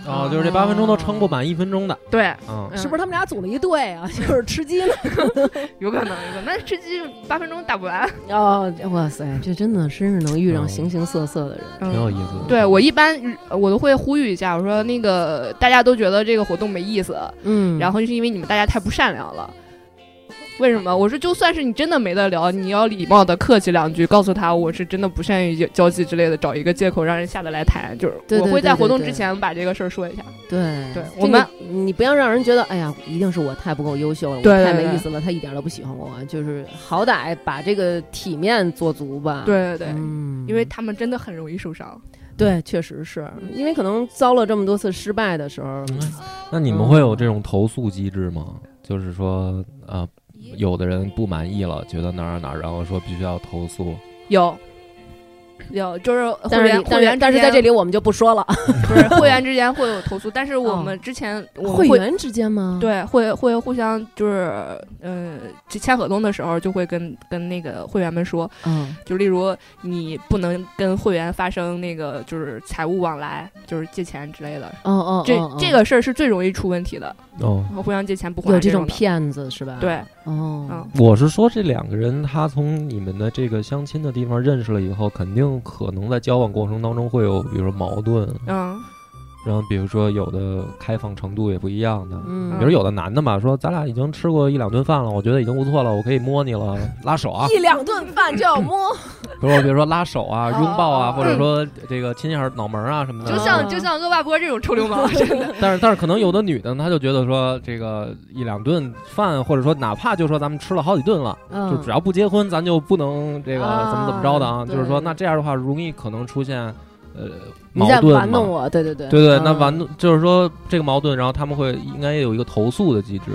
C: 哦，就是这八分钟都撑不满一分钟的，
D: 对，
C: 嗯，
B: 是不是他们俩组了一队啊？ <laughs> 就是吃鸡呢。
D: 是有可能有可能，那吃鸡八分钟打不
B: <laughs>
D: 完。
B: 哦，哇塞，这真的真是能遇上
C: 嗯
B: 形形色色的人。
C: 挺有意思的。
D: 嗯对我一般呃我都会呼吁一下，我说那个大家都觉得这个活动没意思，
B: 嗯
D: 然后就是因为你们大家太不善良了。为什么？我说就算是你真的没得聊，你要礼貌的客气两句，告诉他我是真的不善于交交际之类的，找一个借口让人下得来台。就是
B: 对对
D: 我会在
B: 对对
D: 活动
B: 对嗯
D: 之前把这个事儿说一下。
B: 对
D: 对
B: 就
D: 我们
B: 你你不要让人觉得，哎呀，一定是我太不够优秀了，我
D: 对对
B: 太没
D: 对
B: 意思了，他一点都不喜欢我，就是好歹把这个体面做足吧。
D: 对对对，
B: 嗯，
D: 因为他们真的很容易受伤。
B: 对，确实是因为可能遭了这么多次失败的时候，
D: 嗯
C: 那你们会有这种投诉机制吗？就是说，呃，有的人不满意了，觉得哪儿哪儿哪儿，然后说必须要投诉。
D: 有，有，就是会
B: 但是
D: 员
B: 你
D: 会
B: 但
D: 员
B: 是但是在这里我们就不说了。
D: 不
B: <laughs>
D: 是会员之间会有投诉，但是我
B: 哦
D: 们之前我
B: 会
D: 们会
B: 员之间吗？，
D: 对，会会互相就是呃，签签合同的时候就会跟跟那个会员们说，
B: 嗯，
D: 就例如你不能跟会员发生那个就是财务往来，就是借钱之类的。
B: 哦哦，
D: 嗯这
B: 哦
D: 这。个事儿是最容易出问题的，
C: 哦，
D: 互相借钱不还
B: 有这种
D: 种的。
B: 骗子是吧？
D: 对，
B: 哦
D: 嗯，
C: 我是说这两个人，他从你们的这个相亲的地方认识了以后，肯定可能在交往过程当中会有，比如说矛盾，
D: 嗯，
C: 然后比如说有的开放程度也不一样的。
B: 嗯
C: 比如有的男的嘛，说咱俩已经吃过一两顿饭了，我觉得已经不错了，我可以摸你了，拉手啊，
B: 一两顿饭就要摸，
C: 比如比如说拉手啊、
B: 哦
C: 拥抱啊，
B: 哦
C: 或者说这个亲一下脑门啊什么的。
D: 就像就像恶霸波这种臭流 <laughs> 氓，真
C: <laughs>
D: 的
C: 但是但是可能有的女的呢她就觉得说这个一两顿饭，或者说哪怕就说咱们吃了好几顿了，就
B: 嗯
C: 只要不结婚，咱就不能这个
B: 啊
C: 怎么怎么着的啊。
B: 对
C: 就是说那这样的话，容易可能出现呃
B: 你
C: 矛
B: 在
C: 盾
B: 玩弄
C: 嘛。
B: 我，对对对，
C: 对对，
B: 嗯
C: 那完就是说这个矛盾，然后他们会应该有一个投诉的机制，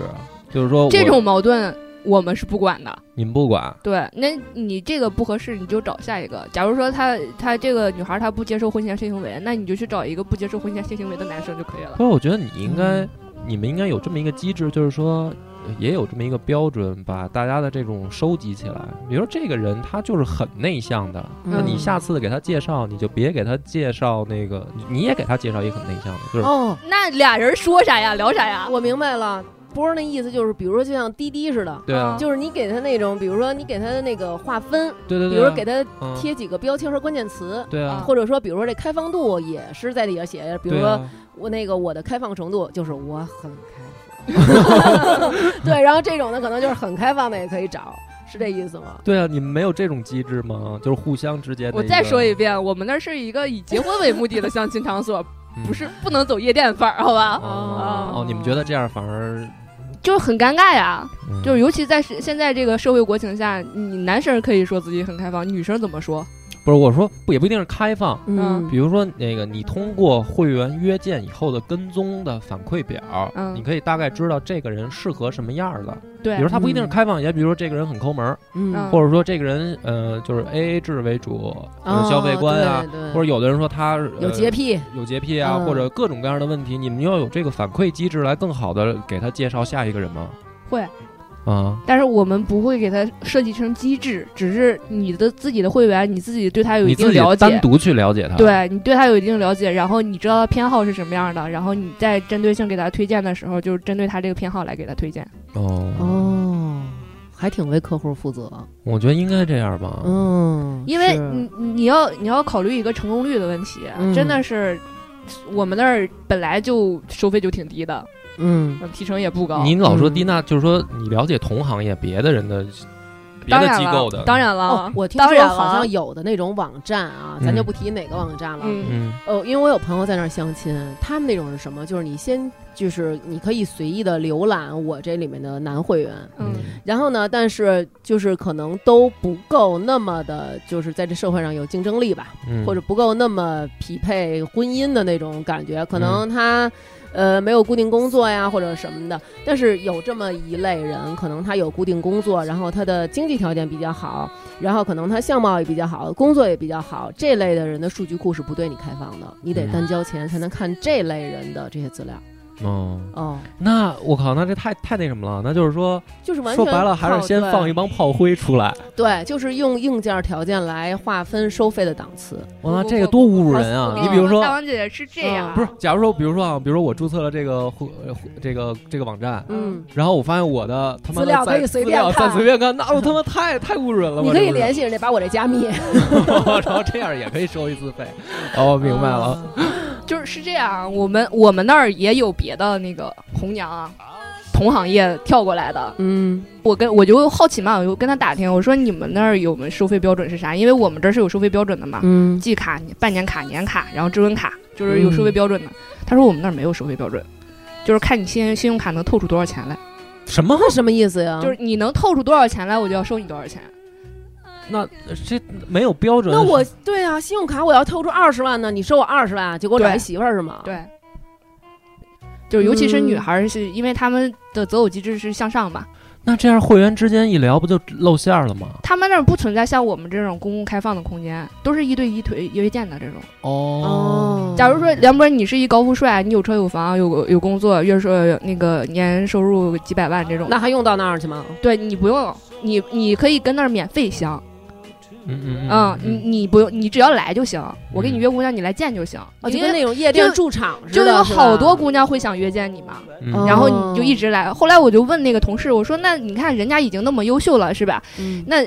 C: 就是说我
D: 这种矛盾，我们是不管的。
C: 你们不管，
D: 对，那你这个不合适，你就找下一个。假如说她她这个女孩她不接受婚前性行为，那你就去找一个不接受婚前性行为的男生就可以了
C: <laughs> 不。过我觉得你应该，
B: 嗯
C: 你们应该有这么一个机制，就是说，呃也有这么一个标准，把大家的这种收集起来。比如说这个人他就是很内向的，那你
B: 嗯
C: 下次给他介绍，你就别给他介绍那个，你也给他介绍一个很内向的，就是、
B: 哦，
D: 那俩人说啥呀？聊啥呀？
B: 我明白了，波儿那意思就是，比如说就像滴滴似的，
C: 对啊，
B: 就是你给他那种，比如说你给他那个划分，
C: 对对
B: 比
C: 对，
B: 如说给他
C: 嗯
B: 贴几个标签和关键词。
C: 对啊，
B: 或者说，比如说这开放度也是在底下写，比如
C: 对
B: 说
C: 啊
B: 我那个我的开放程度就是我很开
C: <laughs>
B: 放， <laughs> 对，然后这种的可能就是很开放的也可以找，是这意思吗？
C: 对啊，你们没有这种机制吗？就是互相之间的
D: 我
C: 个，
D: 再说一遍，我们那是一个以结婚为目的的相亲场所，
C: 嗯
D: 不是不能走夜店范儿，好吧？
C: 哦哦，你们觉得这样反而
D: 就是很尴尬呀，
C: 嗯
D: 就是尤其在是现在这个社会国情下，你男生可以说自己很开放，女生怎么说？
C: 不是我说不也不一定是开放，
D: 嗯
C: 比如说那个你通过会员约见以后的跟踪的反馈表，
D: 嗯
C: 你可以大概知道这个人适合什么样儿的。
D: 对
C: 比如他不一定是
B: 嗯
C: 开放，也比如说这个人很抠门儿，
B: 嗯哦
D: 嗯
C: 或者说这个人呃就是 A A 制为主，呃消费观啊，，
B: 对对
C: 或者有的人说他、呃
B: 有洁。癖，
C: 有洁癖啊，
B: 嗯
C: 或者各种各样的问题，你们要有这个反馈机制来更好的给他介绍下一个人吗？
D: 会，
C: 啊，
D: 但是我们不会给他设计成机制，只是你的自己的会员，你自己对他有一
C: 你
D: 定
C: 自己
D: 了
C: 单
D: 解，
C: 独去了解他，，
D: 对你对他有一定了解，然后你知道他偏好是什么样的，然后你再针对性给他推荐的时候，就是针对他这个偏好来给他推荐。
C: 哦，
D: 嗯
B: 哦，还挺为客户负责，
C: 我觉得应该这样吧，
B: 嗯，
D: 因为
B: 是
D: 你你要你要考虑一个成功率的问题，
B: 嗯
D: 真的是我们那儿本来就收费就挺低的，
B: 嗯，
D: 提成也不高。
C: 你老说
B: 嗯
C: 蒂娜，就是说你了解同行业别的人的别
D: 当
C: 的
D: 然
C: 机
D: 了
C: 构的，
D: 当，然了，
B: 哦，我听
D: 当
B: 说
D: 然
B: 好
D: 了
B: 像有的那种网站啊，咱就不提哪个网站了。
D: 嗯
C: 嗯，
B: 哦，因为我有朋友在那儿相亲，他们那种是什么？就是你先就是你可以随意的浏览我这里面的男会员，
D: 嗯
B: 然后呢，但是就是可能都不够那么的，就是在这社会上有竞争力吧，
C: 嗯
B: 或者不够那么匹配婚姻的那种感觉，
C: 嗯
B: 可能他。呃，没有固定工作呀，或者什么的，但是有这么一类人，可能他有固定工作，然后他的经济条件比较好，然后可能他相貌也比较好，工作也比较好，这类的人的数据库是不对你开放的，你得
C: 嗯
B: 单交钱才能看这类人的这些资料。
C: 哦，
B: 哦，
C: 那我靠，那这太太那什么了，那就是说
B: 就是完全
C: 说白了还
B: 靠
C: 是先
B: 对
C: 放一帮炮灰出来，
B: 对，就是用硬件条件来划分收费的档次。
C: 哇，那
D: 不
C: 这个
D: 不
C: 多侮辱人
B: 不
C: 啊！
B: 不
C: 你比如说
D: 大。王姐姐是这
B: 嗯
D: 样，
C: 哦不是，假如说，比如说啊，比如说我注册了这个户呃户这个这个网站，
B: 嗯，
C: 然后我发现我的他妈的
B: 资料
C: 在
B: 可以随
C: 资
B: 便
C: 料
B: 看
C: 再随便看，那我他妈太太侮辱人了吧。
B: 你可以
C: 这不是 <laughs>
B: 联系人家把我这加密。
C: 然后这样也可以收一次费。哦，明白了。
B: 嗯
D: 就是是这样。我们我们那儿也有别的那个红娘啊，同行业跳过来的。
B: 嗯
D: 我跟我就好奇嘛，我就跟他打听，我说你们那儿有没有收费标准是啥？因为我们这儿是有收费标准的嘛。
B: 嗯，
D: 季卡、半年卡、年卡，然后至尊卡，就是有收费标准的。他说我们那儿没有收费标准，就是看你信信用卡能透出多少钱来，
C: 什么？
B: 那什么意思呀？
D: 就是你能透出多少钱来，我就要收你多少钱。
C: 那呃这没有标准？
B: 那我对啊，信用卡我要透出二十万呢，你收我二十万，就给我找
D: 对
B: 一媳妇儿是吗？，
D: 对，就是尤其是女孩儿，是因为她们的择偶机制是向上嘛，
C: 那这样会员之间一聊，不就露馅儿了吗？
D: 她们那儿不存在像我们这种公共开放的空间，都是一对一推约见的这
B: 嗯
D: 种。
B: 哦，
D: 假如说梁博，你是一高富帅，你有车有房有有工作，月收那个年收入几百万这种，
B: 那还用到那儿去吗？
D: 对你不用，你你可以跟那儿免费相。
C: 嗯嗯
D: 嗯，你你不用，你只要来就行。我给你
C: 嗯
D: 约姑娘，你来见就行。
B: 哦，就
D: 因
B: 跟
D: 为
B: 那种夜店
D: 就
B: 驻场似
D: 就
B: 的，
D: 有
B: 是吧
D: 好多姑娘会想约见你嘛，
C: 嗯
B: 哦
D: 然后你就一直来。后来我就问那个同事，我说：“那你看人家已经那么优秀了，是吧？
B: 嗯
D: 那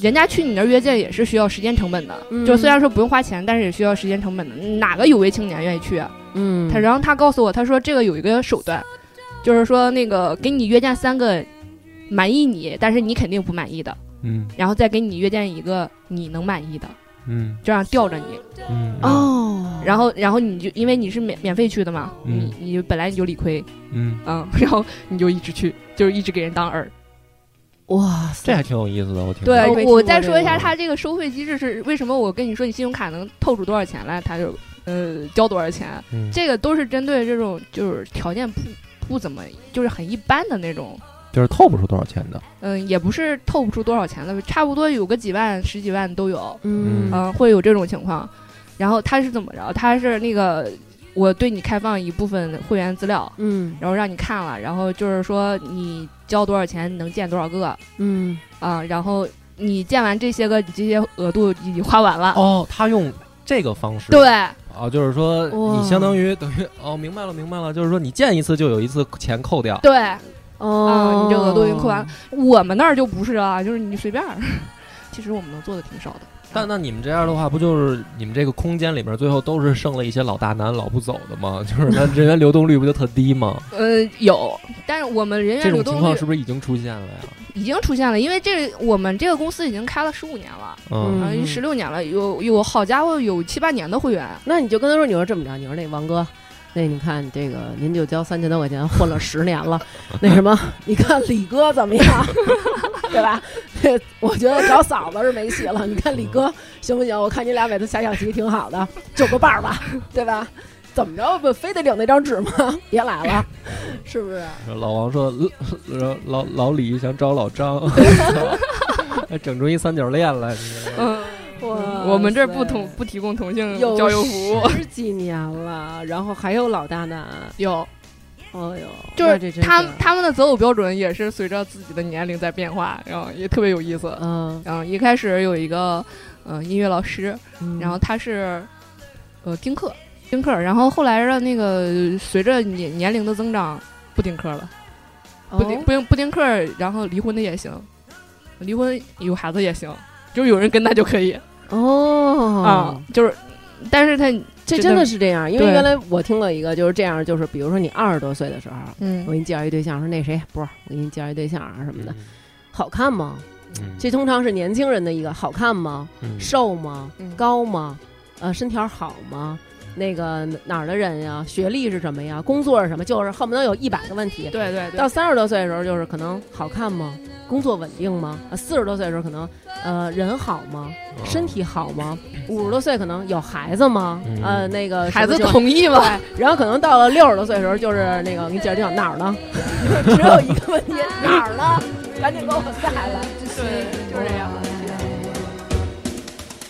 D: 人家去你那儿约见也是需要时间成本的，
B: 嗯
D: 就虽然说不用花钱，但是也需要时间成本的。哪个有为青年愿意去啊？
B: 嗯，
D: 他然后他告诉我，他说这个有一个手段，就是说那个给你约见三个满意你，但是你肯定不满意的，
C: 嗯
D: 然后再给你约见一个你能满意的，
C: 嗯
D: 这样吊着你。”
C: 嗯
B: 哦，
D: 然后，然后你就因为你是免免费去的嘛，
C: 嗯
D: 你你本来你就理亏，
C: 嗯，
D: 嗯，然后你就一直去，就是一直给人当饵。
B: 哇
C: 这
B: 塞，
C: 还挺有意思的，我听着。
B: 我没
D: 对，
B: 听过
D: 我再说一
B: 这
D: 下
B: 个
D: 他这个收费机制是为什么？我跟你说，你信用卡能透出多少钱来，他就呃交多少钱，
C: 嗯
D: 这个都是针对这种就是条件不不怎么就是很一般的那种
C: 就是透不出多少钱的。
D: 嗯，也不是透不出多少钱了，差不多有个几万、十几万都有，
B: 嗯
D: 嗯、会有这种情况。然后他是怎么着？他是那个我对你开放一部分会员资料，
B: 嗯
D: 然后让你看了，然后就是说你交多少钱能见多少个
B: 嗯，
D: 啊、然后你见完这些个，你这些额度已经花完了，
C: 哦，他用这个方式，
D: 对，
C: 哦，就是说
B: 哇
C: 你相当于等于哦，明白了明白了，就是说你见一次就有一次钱扣掉。
D: 对，
B: 哦，
D: 啊你这额度已经扣完了，我们那儿就不是啊，就是你随便儿。 <laughs> 其实我们能做的挺少的，
C: 但那你们这样的话，不就是你们这个空间里面最后都是剩了一些老大难老不走的吗？ <laughs> 就是那人员流动率不就特低吗？
D: 呃，有，但是我们人员
C: 这
D: 流
C: 种
D: 动
C: 情
D: 率
C: 况是不是已经出现了呀？
D: 已经出现了，因为这我们这个公司已经开了十五年了，啊
C: 嗯，
B: 嗯
D: 十六年了，有有好家伙有七八年的会员，
B: 那你就跟他说，你说这么着，你说那王哥，那你看这个，您就交三千多块钱混了十年了， <laughs> 那什么，你看李哥怎么样， <laughs> 对吧？我觉得找嫂子是没戏了，你看李哥行不行？我看你俩每次下象棋挺好的，就个伴儿吧，对吧？怎么着不非得领那张纸吗？ <laughs> 别来了，是不是？
C: 嗯老王说，老老老李想找老张， <laughs>
D: <laughs>
C: 还整出一三角恋来。
D: 嗯，
B: 哇
D: 我们这儿不
B: 塞
D: 同不提供同性
B: 有
D: 交流服 <laughs> 务，
B: 十几年了，然后还有老大难，
D: 有，
B: 哎呦，
D: 就
B: 那这
D: 是
B: 真
D: 他他们的择偶标准也是随着自己的年龄在变化，然后也特别有意思，
B: 嗯，
D: 嗯，一开始有一个嗯、呃音乐老师，
B: 嗯
D: 然后他是呃丁克丁克，然后后来的那个随着年年龄的增长不丁克了。不丁
B: 哦
D: 不丁不丁克儿，然后离婚的也行，离婚有孩子也行，就是有人跟他就可以啊、啊
B: 哦，
D: 就是，但是他
B: 这
D: 真的
B: 真的是这样，因为
D: 对
B: 原来我听了一个就是这样，就是比如说你二十多岁的时候，我
D: 嗯
B: 给你介绍一对象，说那谁波儿，我给你介绍一对象啊什么的，好看吗？
C: 嗯
B: 这通常是年轻人的一个好看吗？
C: 嗯
B: 瘦吗？
D: 嗯
B: 高吗？呃，身条好吗？那个哪儿的人呀？学历是什么呀？工作是什么？就是恨不得有一百个问题。
D: 对对对
B: 到三十多岁的时候，就是可能好看吗？工作稳定吗？啊，四十多岁的时候可能，呃，人好吗？身体好吗？五十多岁可能有孩子吗？
C: 嗯
B: 呃，那个
D: 孩
B: 什
D: 子
B: 么情况
D: 同意吧，
B: 对，然后可能到了六十多岁的时候，就是那个我给你介绍对象哪儿
D: <laughs>
B: 呢？只有一个问题，哪儿呢？赶紧给我带来。
D: 对，就是这样。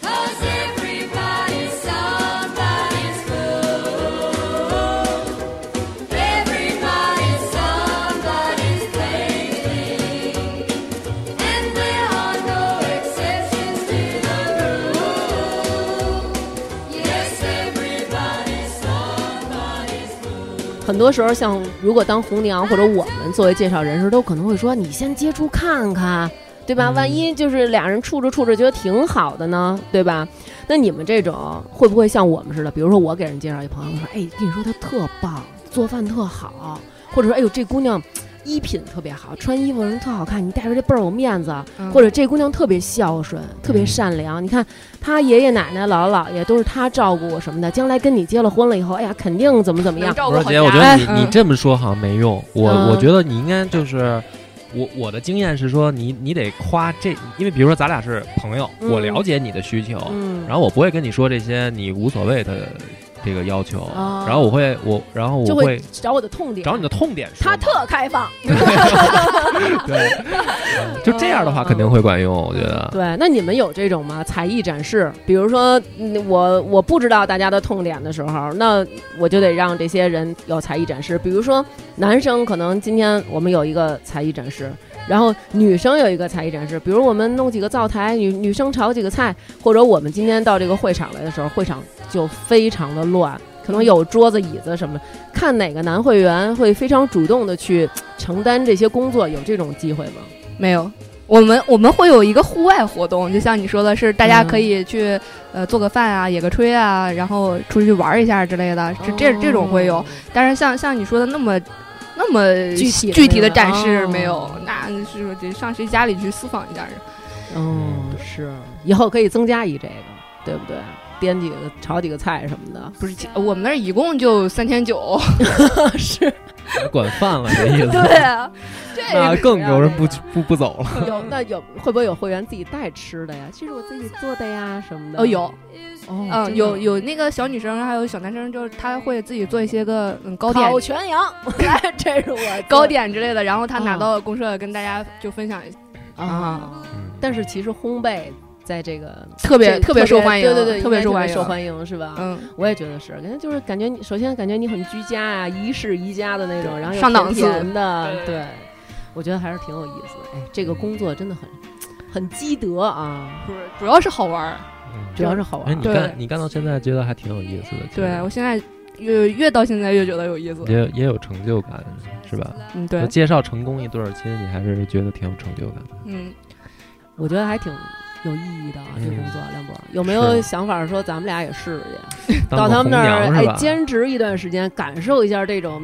A: Cause everybody's somebody's fool. Everybody's somebody's plaything. And there are no exceptions to the rule. Yes, everybody's somebody's fool.
B: 很多时候，像如果当红娘或者我们作为介绍人时，都可能会说：“你先接触看看，对吧？
C: 嗯
B: 万一就是俩人处着处着觉得挺好的呢，对吧？”那你们这种会不会像我们似的？比如说，我给人介绍一朋友，我说：“哎，跟你说她特棒，做饭特好，或者说，哎呦，这姑娘衣品特别好，穿衣服人特好看，你带着这倍儿有面子。”
D: 嗯
B: 或者这姑娘特别孝顺，特别
C: 嗯
B: 善良。你看她爷爷奶奶、姥姥姥爷都是她照顾什么的，将来跟你结了婚了以后，哎呀，肯定怎么怎么
D: 能
B: 样。
D: 照
C: 不
D: 顾
C: 是
D: 好
C: 姐，我觉得
D: 家
C: 你你
D: 嗯
C: 这么说好像没用。我
B: 嗯
C: 我觉得你应该就是。我我的经验是说你，你得夸这，因为比如说咱俩是朋友，
B: 嗯
C: 我了解你的需求，
B: 嗯，
C: 然后我不会跟你说这些你无所谓的这个要求，
B: 哦
C: 然后我会我然后我
B: 就
C: 会
B: 找我的痛点，
C: 找你的痛点说
B: 她
C: 嘛。
B: 特开放。
C: 对， <laughs> 嗯就这样的话肯定会管用，我觉得。
B: 对，那你们有这种吗？才艺展示，比如说嗯我我不知道大家的痛点的时候，那我就得让这些人有才艺展示。比如说男生可能今天我们有一个才艺展示，然后女生有一个才艺展示，比如我们弄几个灶台，女女生炒几个菜，或者我们今天到这个会场来的时候，会场就非常的乱。可能有桌子、椅子什么，看哪个男会员会非常主动的去承担这些工作，有这种机会吗？
D: 没有。我们我们会有一个户外活动，就像你说的是，大家可以去、呃做个饭啊，野个炊啊，然后出去玩一下之类的，这这这种会有。
B: 哦
D: 但是像像你说的那么那么
B: 具体的
D: 具体
B: 那
D: 的
B: 种
D: 展示没有，
B: 哦
D: 那是得上谁家里去私访一下。嗯
B: 哦，是，以后可以增加一这个，对不对？
D: 嗯
B: 颠几个、炒几个菜什么
D: <laughs>
B: 的，
D: 不是，我们那儿一共就三千九，
B: 是
C: <laughs> 管饭了这意思。
D: 对啊，
C: <laughs> 那更有人不
B: 这个
C: 不不走
B: <laughs>
C: 了。
B: 有那有会不会有会员自己带吃的呀？这是我自己做的呀什么的。
D: 哦，有，
B: 哦，
D: 嗯、
B: 真的 <laughs>
D: 有有那个小女生，还有小男生，就是他会自己做一些个嗯糕点
E: 烤全羊，哎这是我
D: <laughs> 糕点之类的，然后他
B: 哦
D: 拿到公社跟大家就分享一下，
B: 啊。但是其实烘焙在这个
D: 特别
B: 这
D: 特别受欢迎，
B: 对对对，
D: 特
B: 应该
D: 受欢迎，
B: 受欢迎是吧？
D: 嗯，
B: 我也觉得是，感觉就是感觉你首先感觉你很居家啊，一室宜家的那种，然后又
D: 上档次
B: 甜甜的，
D: 对
B: 对，我觉得还是挺有意思的。哎，这个工作真的很很积德啊，
D: 不是，主要是好玩儿。
C: 嗯
B: 主要是好玩
C: 哎，
B: 儿。
C: 你
D: 对
C: 干你干到现在觉得还挺有意思的，其实
D: 对我现在越越到现在越觉得有意思，
C: 嗯也有也有成就感，是吧？
D: 嗯，
C: 我
D: 对，
C: 介绍成功一对儿亲，你还是觉得挺有成就感的。
D: 嗯，
B: 我觉得还挺有意义的啊，这
C: 嗯
B: 工作，梁博有没有
C: 是
B: 想法说咱们俩也试试去，
C: 当
B: 到
C: 个
B: 他们那
C: 红
B: 儿
C: 娘是
B: 哎
C: 吧？
B: 兼职一段时间，感受一下这种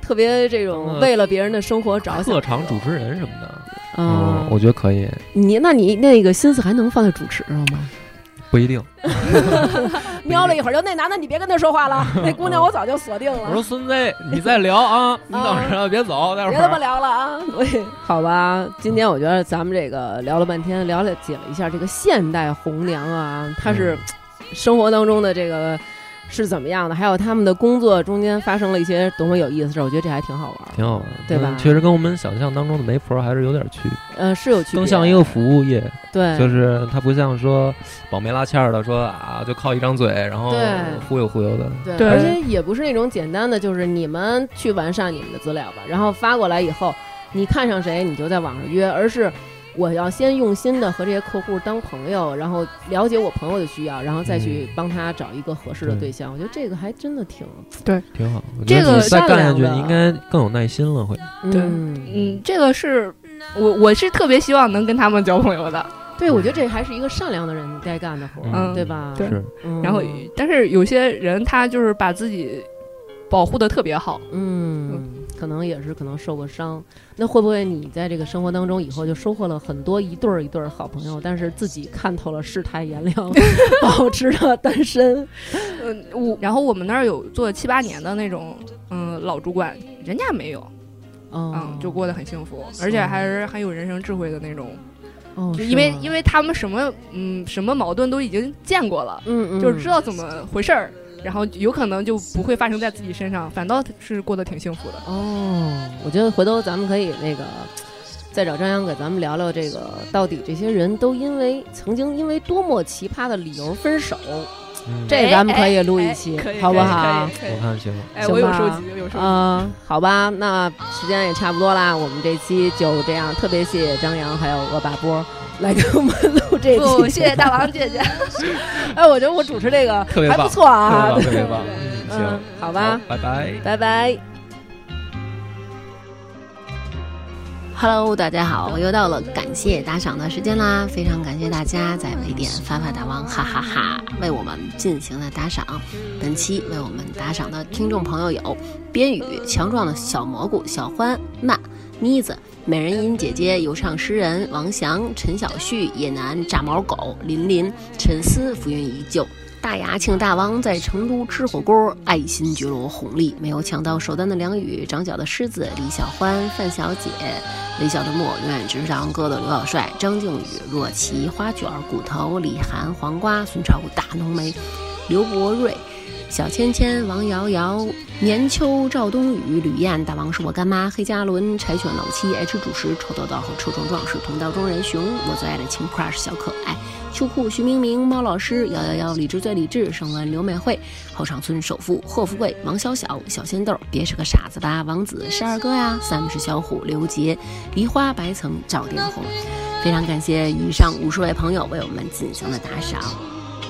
B: 特别这
C: 当
B: 种
C: 个
B: 为了别人的生活着想。
C: 嗯特长主持人什么的，嗯
B: 啊，
C: 我觉得可以，
B: 你那你那个心思还能放在主持上吗？
C: 不一定。
E: 瞄了一会儿，就那男的你别跟他说话
C: <laughs>
E: 了，那姑娘我早就锁定
C: 我说
E: 了，
C: 孙子，你再聊啊，
B: 嗯
C: 你等着别走，待会
E: 别他妈
C: 儿。
E: 聊了啊！
B: 对，好吧，今天我觉得咱们这个聊了半天，了解了一下这个现代红娘啊，她是
C: 嗯
B: 生活当中的这个是怎么样的，还有他们的工作中间发生了一些多么有意思的事儿，我觉得这还挺好玩儿。
C: 挺好玩的，
B: 对吧
C: 嗯确实跟我们想象当中的媒婆还是有点区别，
B: 呃，是有区别，
C: 更像一个服务业，
B: 对，
C: 就是它不像说保媒拉纤儿的，说啊就靠一张嘴，然后
B: 对
C: 忽悠忽悠的。
B: 对，
D: 对
B: 而且也不是那种简单的，就是你们去完善你们的资料吧，然后发过来以后，你看上谁你就在网上约，而是我要先用心的和这些客户当朋友，然后了解我朋友的需要，然后再
D: 嗯
B: 去帮他找一个合适的对象。我觉得这个还真的挺，
C: 挺好，我
D: 这
C: 觉得
D: 个
C: 你再
B: 善
C: 干下
B: 良
C: 去，
B: 的
C: 你应该更有耐心了，会。
D: 对
B: 嗯，
D: 嗯，这个是我我是特别希望能跟他们交朋友的，
B: 对，我觉得这还是一个善良的人该干的活儿，
D: 嗯
B: 对吧？
D: 对
C: 是，
B: 嗯
D: 然后但是有些人他就是把自己保护的特别好，
B: 嗯，可能也是可能受过伤。那会不会你在这个生活当中以后就收获了很多一对儿一对儿好朋友，但是自己看透了世态炎凉， <laughs> 保持着单身？
D: 嗯，我然后我们那儿有做七八年的那种嗯老主管，人家没有，
B: 哦
D: 嗯，，就过得很幸福，而且还是很有人生智慧的那种，
B: 哦，
D: 就因为因
B: 为
D: 为他们什么嗯什么矛盾都已经见过了，
B: 嗯嗯，
D: 就是知道怎么回事儿，然后有可能就不会发生在自己身上，反倒是过得挺幸福的。
B: 哦，我觉得回头咱们可以那个。再找张扬给咱们聊聊这个，到底这些人都因为曾经因为多么奇葩的理由分手，
C: 嗯
B: 这咱们可以录一期，
D: 哎可以
B: 好不
D: 可以
B: 好？
D: 可
C: 我
D: 以可以
C: 看行，
D: 哎，
B: 行
D: 我有
B: 吧
D: 收集，有收集。
B: 嗯、好吧，那时间也差不多啦，我们这期就这样。特别谢谢张扬还有恶霸波来给我们录这期。
D: 不，谢谢大王姐姐。
B: 哎，我觉得我主持这个
C: 特别
B: 还
C: 棒，
B: 不错啊。
C: 特别棒，特别棒
B: 对
C: 嗯，
B: 嗯
C: 行，，
B: 好
C: 好
B: 吧，，
C: 拜拜。
B: 拜拜。
F: Hello，大家好，又到了感谢打赏的时间啦！非常感谢大家在微店发发大王哈哈哈为我们进行的打赏。本期为我们打赏的听众朋友有边宇、强壮的小蘑菇、小欢、娜、妮子、美人音姐姐、游唱诗人王翔、陈小旭、野男、炸毛狗、林林、陈思、浮云依旧。大牙请大王在成都吃火锅，爱新觉罗红利没有抢到首单的梁宇，长角的狮子李小欢、范小姐、微笑的莫，永远执掌哥的刘小帅、张靖宇、若琪、花卷、骨头、李涵、黄瓜、孙超、大浓眉、刘博瑞、小芊芊、王瑶瑶、年秋、赵冬雨、吕燕、大王是我干妈、黑加仑、柴犬老七、H 主食、臭豆豆和臭壮壮是同道中人熊，我最爱的情 crush 小可爱。秋裤徐明明、猫老师、幺幺幺、理智最理智、声文刘美惠、后场村首富贺富贵、王小小、小仙豆、别是个傻子吧、王子、是二哥呀、Sam 是小虎、刘杰、梨花白层、赵天红。非常感谢以上五十位朋友为我们进行的打赏，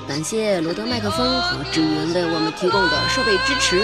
F: 感谢罗德麦克风和志云为我们提供的设备支持。